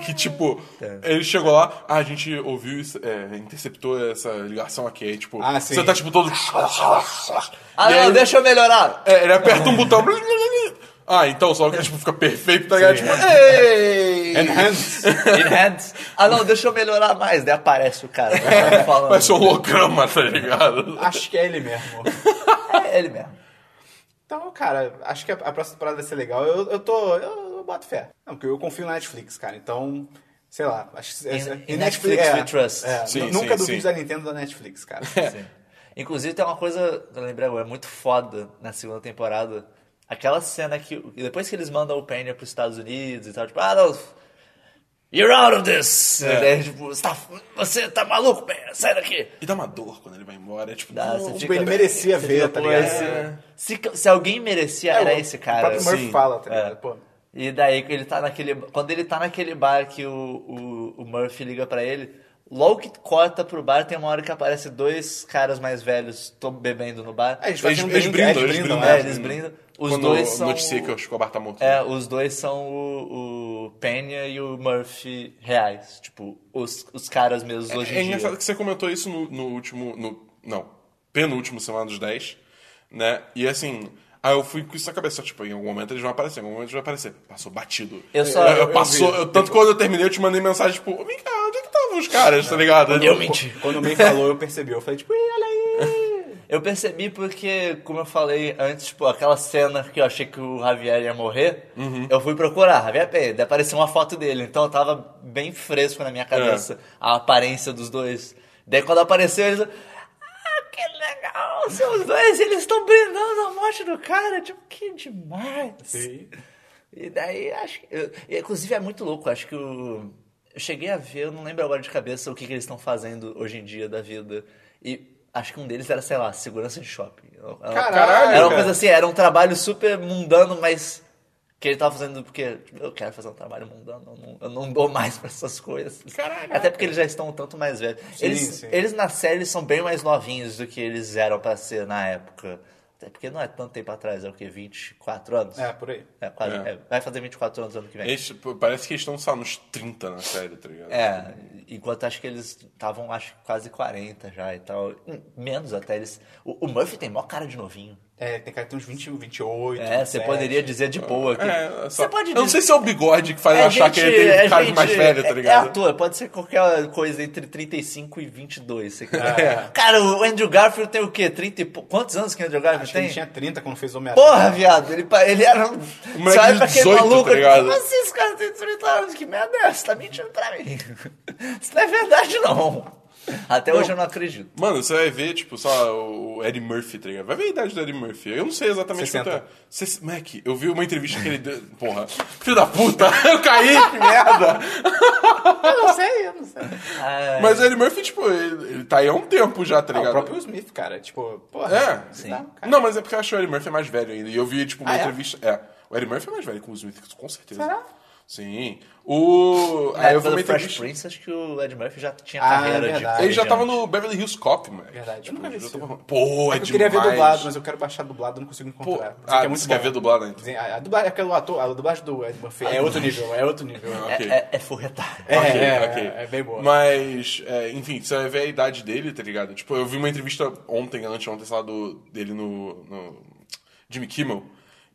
B: Que tipo,
A: É.
B: ele chegou lá, ah, a gente ouviu isso, é, interceptou essa ligação aqui, aí tipo,
C: Ah, sim.
B: você tá tipo todo.
A: Ah,
B: E
A: não,
B: aí-
A: deixa eu melhorar.
B: é, ele aperta um botão. blá, blá, blá, blá. Ah, então só que tipo, fica perfeito, tá ligado? Tipo, ei!
C: Enhance.
A: Enhance. Ah, não, deixa eu melhorar mais. Daí aparece o cara. né, falando.
B: Parece um holograma, tá ligado?
C: acho que é ele mesmo.
A: É ele mesmo.
C: Então, cara, acho que a, a próxima temporada vai ser legal. Eu, eu tô. Eu, eu boto fé. Não, porque eu confio na Netflix, cara. Então, sei lá. Acho que.
A: Em-
C: essa-
A: em Netflix
C: é,
A: we trust.
C: é,
B: Sim,
C: nu-
B: sim,
C: nunca
B: sim.
C: duvide da Nintendo da Netflix, cara.
A: Sim. Inclusive tem uma coisa que eu lembrei agora, é muito foda na segunda temporada. Aquela cena que. Depois que eles mandam o Penny pros Estados Unidos e tal, tipo, ah, não. You're out of this!
C: É.
A: E daí, tipo, você tá, você tá maluco, Penny? Sai daqui!
B: E dá uma dor quando ele vai embora. É tipo,
A: Dá,
B: não,
A: você
C: tipo,
A: fica-
C: ele merecia
A: você
C: ver,
A: fica,
C: tá
A: pô,
C: ligado? É,
A: esse-
B: É.
A: Se, se alguém merecia, era
C: o-
A: esse
C: O
A: cara.
C: próprio Murphy
B: sim.
C: fala, tá
A: É.
C: ligado? Pô.
A: E daí que ele tá naquele. Quando ele tá naquele bar que o, o, o Murphy liga pra ele, logo que corta pro bar, tem uma hora que aparece dois caras mais velhos to- bebendo no bar.
C: É, eles
B: Eles,
C: fazem um
B: eles
C: drink,
B: brindam,
C: é,
B: eles brindam.
A: É,
B: né?
A: eles brindam. Os
B: Quando
A: dois são.
B: Noticia que o Escobar tá morto.
A: É, os dois são o, o Penha e o Murphy reais. Tipo, os, os caras mesmos hoje
B: É
A: em dia.
B: engraçado que você comentou isso no, no último. No, não, penúltimo Semana dos 10, né? E assim. Aí eu fui com isso na cabeça, só, tipo, em algum momento eles vão aparecer, em algum momento eles vão aparecer. Passou batido. É,
A: Eu só- eu- eu
B: passou,
C: vi.
B: eu- tanto quando eu terminei, eu te mandei mensagem, tipo, vem cá, onde é que estavam os caras, tá ligado?
A: Eu menti.
C: Quando o May falou, eu percebi. Eu falei, tipo, ih, olha aí.
A: Eu percebi porque, como eu falei antes, tipo, aquela cena que eu achei que o Javier ia morrer, eu fui procurar Javier Penha, daí apareceu uma foto dele, então eu tava bem fresco na minha cabeça a aparência dos dois. Daí quando apareceu, eles. Ah, que legal! São os dois, eles estão brindando a morte do cara, tipo, que demais!
C: Sim.
A: E daí, acho que. eu- inclusive, é muito louco. Acho que o. Eu cheguei a ver, eu não lembro agora de cabeça o que, que eles estão fazendo hoje em dia da vida. E Acho que um deles era, sei lá, segurança de shopping. Era uma-
C: Caralho,
A: Era uma
B: cara.
A: coisa assim, era um trabalho super mundano, mas que ele tava fazendo porque tipo, eu quero fazer um trabalho mundano, eu não, eu não dou mais pra essas coisas.
B: Caraca.
A: Até porque eles já estão um tanto mais velhos. eles,
C: sim.
A: eles na série são bem mais novinhos do que eles eram pra ser na época. Até porque não é tanto tempo atrás, é o que, 24 anos?
C: É, por aí.
A: É, quase-
B: É.
A: é, vai fazer 24 anos ano que vem.
B: Eles, pô, parece que eles estão, sei lá, nos 30 na série, tá ligado?
A: É, enquanto acho que eles estavam, acho que quase 40 já e tal. Hum, Menos até eles. O, o Murphy tem mó cara de novinho.
C: É, tem cara que tem uns 21, 28.
A: É, você
C: 27.
A: poderia dizer de boa que.
B: É, só-
A: Você pode
B: Eu
A: dizer.
B: não sei se é o bigode que faz eu
A: É
B: achar que
A: gente-
B: ele tem
A: é
B: cara de
A: gente-
B: mais velho,
A: é-
B: tá
A: É
B: ligado?
A: ator, pode ser qualquer coisa entre 35 e 22. se quiser.
C: É.
A: Cara, o Andrew Garfield tem o quê? 30 e pou- Quantos anos que o Andrew Garfield
C: Acho que
A: Ah, tem?
C: ele tinha 30 quando fez Homem-Aranha.
A: Porra, viado, ele, pa- ele era um.
B: moleque
A: Você olha
B: de
A: pra aquele
B: 18,
A: maluco,
B: tá ligado?
A: Como assim esse cara tem 30 anos? Que merda é essa? Tá mentindo pra mim. Isso não é verdade, não. Até hoje eu não acredito.
B: Mano, você vai ver, tipo, só o Eddie Murphy, tá ligado? Vai ver a idade do Eddie Murphy. Eu não sei exatamente
C: 60.
B: quanto é. Cê- Mac, eu vi uma entrevista que ele deu. Porra, filho da puta, eu caí, que merda!
C: Eu não sei, eu não sei.
A: Ah,
B: Mas o Eddie Murphy, tipo, ele, ele tá aí há um tempo já, tá
C: Ah, o
B: ligado?
C: próprio Will Smith, cara. Tipo, porra.
B: É,
C: você
A: sim.
C: tá, cara.
B: Não, mas é porque eu acho que o Eddie Murphy é mais velho ainda. E eu vi, tipo, uma
C: Ah, é?
B: entrevista. É. O Eddie Murphy é mais velho que o Smith, com certeza.
C: Será? É,
B: Sim. O.
A: na
B: Aí eu
A: época
B: vi uma
A: do Fresh
B: entrevista.
A: Prince, acho que o Ed Murphy já tinha
C: Ah,
A: carreira
C: é
A: de.
C: verdade.
B: Ele já
A: comediante.
B: tava no Beverly Hills Cop, Tipo, mano.
C: Verdade, eu nunca vi esse filme.
B: Pô, é,
C: Eu queria ver
B: demais.
C: dublado, mas eu quero baixar dublado, eu não consigo
B: Pô,
C: encontrar. Dizem que
B: ah,
C: é muito
B: você quer
C: bom.
B: ver dublado, né?
C: Dizem- A, a dublagem, aquele ator, a dublagem do Ed Murphy é outro nível, é outro nível.
B: Ah,
A: É,
B: ok.
A: é, é forretário.
C: É,
B: Ok,
C: é,
B: ok.
C: é, é bem boa.
B: Mas, é, enfim, você vai ver a idade dele, tá ligado? Tipo, eu vi uma entrevista ontem, anteontem, sei lá, do, dele no, no Jimmy Kimmel.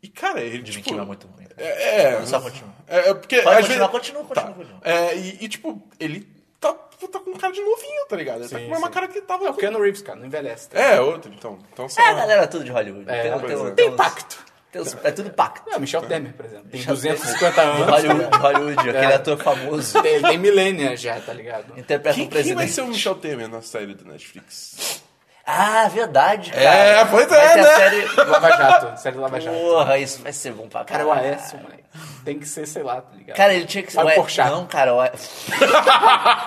B: E, cara, ele,
A: Jimmy
B: tipo...
A: Kimmel é muito ruim.
B: É, é
A: Só continua.
B: É, é porque...
A: Pode
B: às
A: continuar,
B: vezes-
A: continua,
B: tá.
A: continua, continua.
B: É, e, e, tipo, ele tá, tá com cara de novinho, tá ligado? Ele tá
C: Sim,
B: com a mesma
C: sim.
B: cara que ele tava...
C: É o Keanu Reeves, cara, não envelhece. tá?
B: É, outro, então. Então, sei
A: É, a
B: lá.
A: galera é tudo de Hollywood.
C: É,
A: tem, um-
C: pois
A: tem,
B: é.
A: tem,
C: Tem
A: uns-
C: pacto.
A: tem uns- é tudo pacto.
C: Não, Ah, Michel Temer, por exemplo. Tem 250 anos.
A: Hollywood,
C: cara.
A: Hollywood aquele
C: É.
A: ator famoso.
C: Tem, tem milênios já, tá ligado?
A: Interpreta
B: Quem,
A: um
B: quem vai
A: presidente.
B: ser o Michel Temer na série do Netflix?
A: Ah, verdade, cara.
B: É, pois
A: Vai
B: é,
A: ter a
B: né?
A: série-
C: Lava Jato, série Lava Jato.
A: Porra, isso vai ser bom pra
C: Cara, é.
A: caralho.
C: o Aécio, moleque. Tem que ser, sei lá, tá ligado?
A: Cara, ele tinha que ser.
C: Fábio
A: o Aécio-
C: Porchat.
A: Não, cara, o Aécio.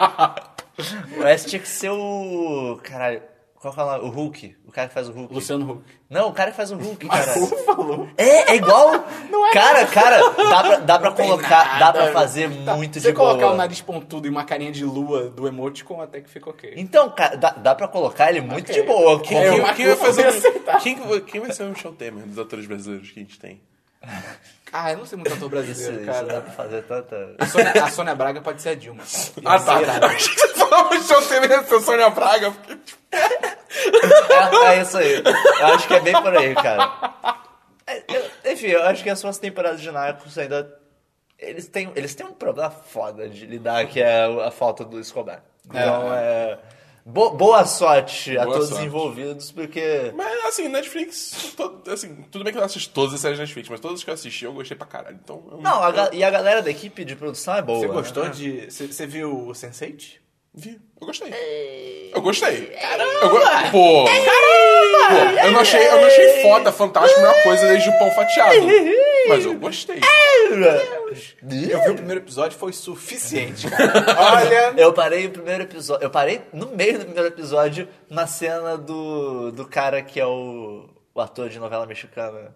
A: o Aécio tinha que ser o. Caralho, qual que é o nome? O Hulk. O cara que faz o Hulk.
C: Luciano Huck.
A: Não, o cara que faz o Hulk,
C: Mas
A: cara.
C: como falou?
A: É, é igual.
C: Não é
A: cara, cara, dá pra, dá pra
C: tem
A: colocar. Dá
C: nada,
A: pra fazer
C: Tá,
A: muito
C: você
A: de boa.
C: colocar o nariz pontudo e uma carinha de lua do emoticon, até que fica ok.
A: Então, cara, dá, dá pra colocar ele muito
C: Ok.
A: de boa. um
B: Quem,
A: como-
C: eu
B: É, quem- quem vai
C: não vou
B: fazer
C: aceitar.
B: o, quem, que- quem vai ser o Michel Temer dos atores brasileiros que a gente tem?
C: Ah, eu não sei muito ator
A: Isso,
C: brasileiro,
A: isso dá
C: cara.
A: pra fazer tanta.
C: A Sônia, a Sônia Braga pode ser a Dilma. cara.
B: Ah, tá.
C: Ia ser irado.
B: Eu achei que você falava o Michel Temer e a Sônia Braga. porque-
A: É, é isso aí. Eu acho que é bem por aí, cara. É, eu- enfim, eu acho que as suas temporadas de Narcos ainda. Eles têm, eles têm um problema foda de lidar, que é a falta do Escobar. Então, é. bo- boa sorte a
B: Boa
A: todos
B: sorte.
A: envolvidos, porque.
B: Mas, assim, Netflix... to- assim, tudo bem que eu não assisto todas as séries da Netflix, mas todas que eu assisti eu gostei pra caralho. Então, eu
A: Não, a ga- e a galera da equipe de produção é boa.
C: Você
A: né?
C: gostou de. Você você viu o Sense8?
B: vi. Eu gostei.
A: É.
B: Eu gostei. Eu go... Pô. Pô, eu não achei, eu não achei foda, fantástico, a mesma coisa desde o pão fatiado. Mas eu gostei.
C: Eu vi o primeiro episódio, foi suficiente, cara. Olha.
A: Eu parei o primeiro episódio. Eu parei no meio do primeiro episódio na cena do, do cara que é o, o ator de novela mexicana.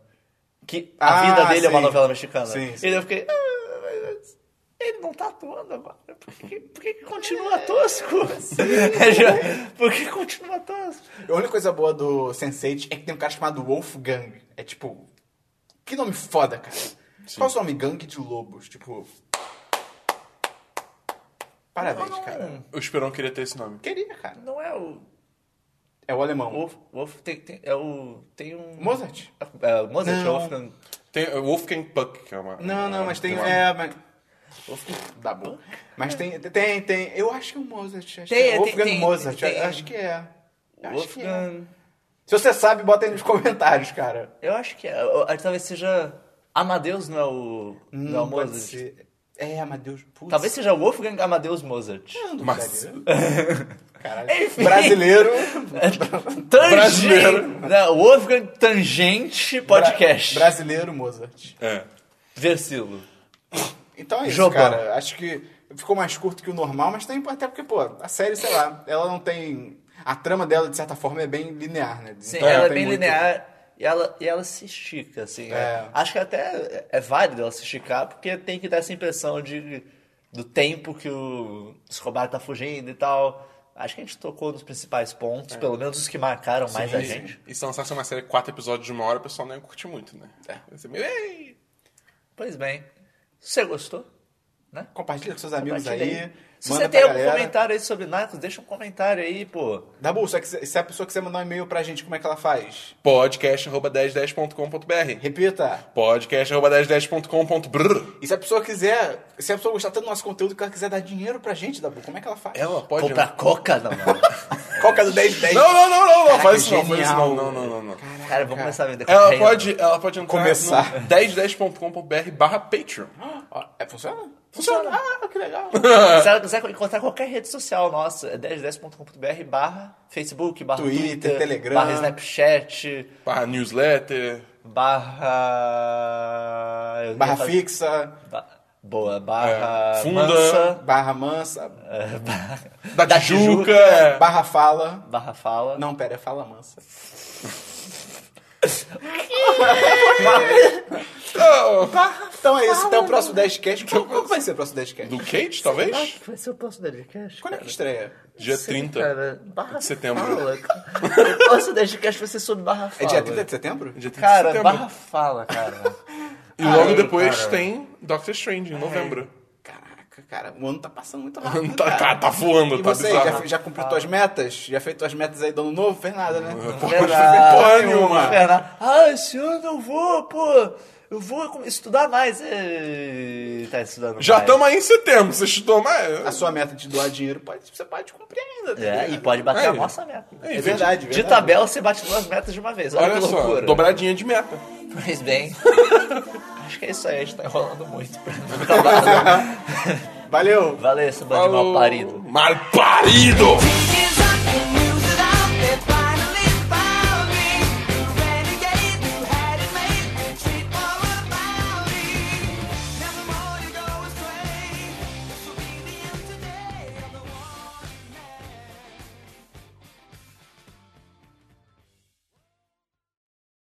A: Que a
C: Ah,
A: vida dele é uma
C: sim.
A: novela mexicana.
C: Sim, sim.
A: E daí eu fiquei. "Ah, mas Ele não tá atuando agora. Por que, por que que continua tosco? É, por que continua tosco?
C: A única coisa boa do Sense8 é que tem um cara chamado Wolfgang. É tipo. Que nome foda, cara. Qual é o seu nome? Gangue de Lobos. Tipo. Parabéns, cara.
B: O Esperão queria ter esse nome.
C: Queria, cara.
A: Não é o.
C: É o alemão.
A: O Wolf, Wolf tem, tem- é o. Tem um.
C: Mozart?
A: É, o Mozart,
C: Não.
A: Wolfgang.
B: Tem o Wolfgang Puck, que é uma...
C: Não, não,
B: uma-
C: mas tem.
B: uma-
C: É, mas. Dá bom. Mas tem, tem, tem. Eu acho que é o Mozart. Acho que
A: Tem,
C: é
A: tem,
C: Wolfgang
A: tem,
C: Mozart.
A: tem.
C: eu Acho que é. Eu Acho que é.
A: Wolfgang.
C: Se você sabe, bota aí nos comentários, cara.
A: Eu acho que é. Ou- Talvez seja. Amadeus não é o. não é o
C: Hum, pode
A: Mozart.
C: ser. É, Amadeus. Putz.
A: Talvez seja Wolfgang Amadeus Mozart.
C: Eu não
B: Mas-
C: duvidaria. Caralho.
A: Enfim.
C: Brasileiro.
A: Tangente!
B: Brasileiro.
A: Não, Wolfgang Tangente Podcast.
C: Bra- brasileiro Mozart.
B: É.
A: Versilo.
C: Então é isso,
A: Jobão.
C: cara. Acho que ficou mais curto que o normal, mas tem até porque, pô, a série, sei lá, ela não tem. a trama dela, de certa forma, é bem linear, né?
A: Sim,
C: Então,
B: É,
A: ela é
C: tem
A: bem
C: muito-
A: linear e ela, e ela se estica, assim.
C: É.
A: Acho que até é válido ela se esticar, porque tem que dar essa impressão de, do tempo que o Escobar tá fugindo e tal. Acho que a gente tocou nos principais
C: É.
A: pontos, pelo menos os que marcaram mais a é gente.
B: E se lançasse uma série de quatro episódios de uma hora, o pessoal não ia curtir muito, né?
A: É.
B: Ia ser meio, "Ei!"
A: Pois bem, você gostou? Né?
C: Compartilha com seus amigos
A: Compartilha
C: aí.
A: Se
C: manda
A: você tem
C: pra
A: algum
C: galera.
A: comentário aí sobre Narcos, deixa um comentário aí, pô.
C: Dabu, só que se se a pessoa quiser mandar um e-mail pra gente, como é que ela faz?
B: podcast.1010.com.br
C: Repita.
B: podcast.1010.com.br
C: E se a pessoa quiser, se a pessoa gostar tanto do nosso conteúdo que ela quiser dar dinheiro pra gente, Dabu, como é que ela faz?
B: Ela pode...
A: Comprar coca, não, mano.
C: Qual que é do 10 10?
B: Não, não, não, não, não, faz isso não,
C: Caraca,
B: faz isso
C: genial.
B: não, não, não, não, não.
A: Cara, vamos começar a vender
C: É,
B: Ela
A: cocaína.
B: pode, ela pode entrar
C: Começar.
B: no 1010.com.br barra Patreon.
C: Ó, é, funciona? Funciona. Ah, que legal.
A: Se ela quiser encontrar qualquer rede social nossa, é 1010.com.br barra Facebook, barra
C: Twitter,
A: Twitter,
C: Telegram.
A: barra Snapchat,
B: Barra newsletter.
A: barra... eu ia
C: Barra
A: falar-
C: fixa,
A: Ba- Boa, barra...
B: É, Funda.
A: Mansa,
C: barra mansa,
A: é, barra...
B: Da, Tijuca. é.
C: barra fala.
A: Barra fala.
C: Não, pera, é fala mansa.
B: Oh,
C: Então é isso, até o próximo 10cast. Qual, qual que vai ser o próximo 10cast?
B: Do Kate, talvez?
A: Ah, que vai ser o próximo Dedicast,
C: Quando é que
A: cara?
C: estreia?
B: Dia
A: Sim,
B: 30.
A: é cara. Barra
B: de setembro.
A: Fala, cara. O próximo Dedicast vai ser sobre barra
C: É
A: fala.
C: dia 30 de setembro?
B: Dia 30 de
A: Cara,
B: setembro.
A: barra fala, cara.
B: E logo
A: Ai,
B: depois
A: cara.
B: tem Doctor Strange, em novembro.
C: Caraca, cara, o ano tá passando muito rápido.
B: Tá, cara, tá voando,
C: E
B: tá
C: você,
B: bizarro.
C: já, já cumpriu tuas metas? Já fez tuas metas aí do ano novo? Fez nada, né?
A: Fernando,
B: porra nenhuma.
A: Fernando, ah, esse ano eu vou, pô. Eu vou com- estudar mais. É, Tá estudando
B: Já
A: mais.
B: estamos aí em setembro, você estudou
C: A
B: mais?
C: sua meta de doar dinheiro, pode, você pode cumprir ainda. tá
A: É,
C: ligado?
A: e pode bater a
B: Aí.
A: nossa meta.
B: Aí,
C: É
B: vem
C: verdade,
A: De
C: verdade.
A: tabela, você bate duas metas de uma vez. Olha,
B: Olha
A: que
B: só,
A: loucura.
B: dobradinha de meta.
A: Pois bem. Acho que é isso aí, a gente tá enrolando muito. Pra... pra-
C: Valeu!
A: Valeu, essa banda de mal parido.
B: Mal parido!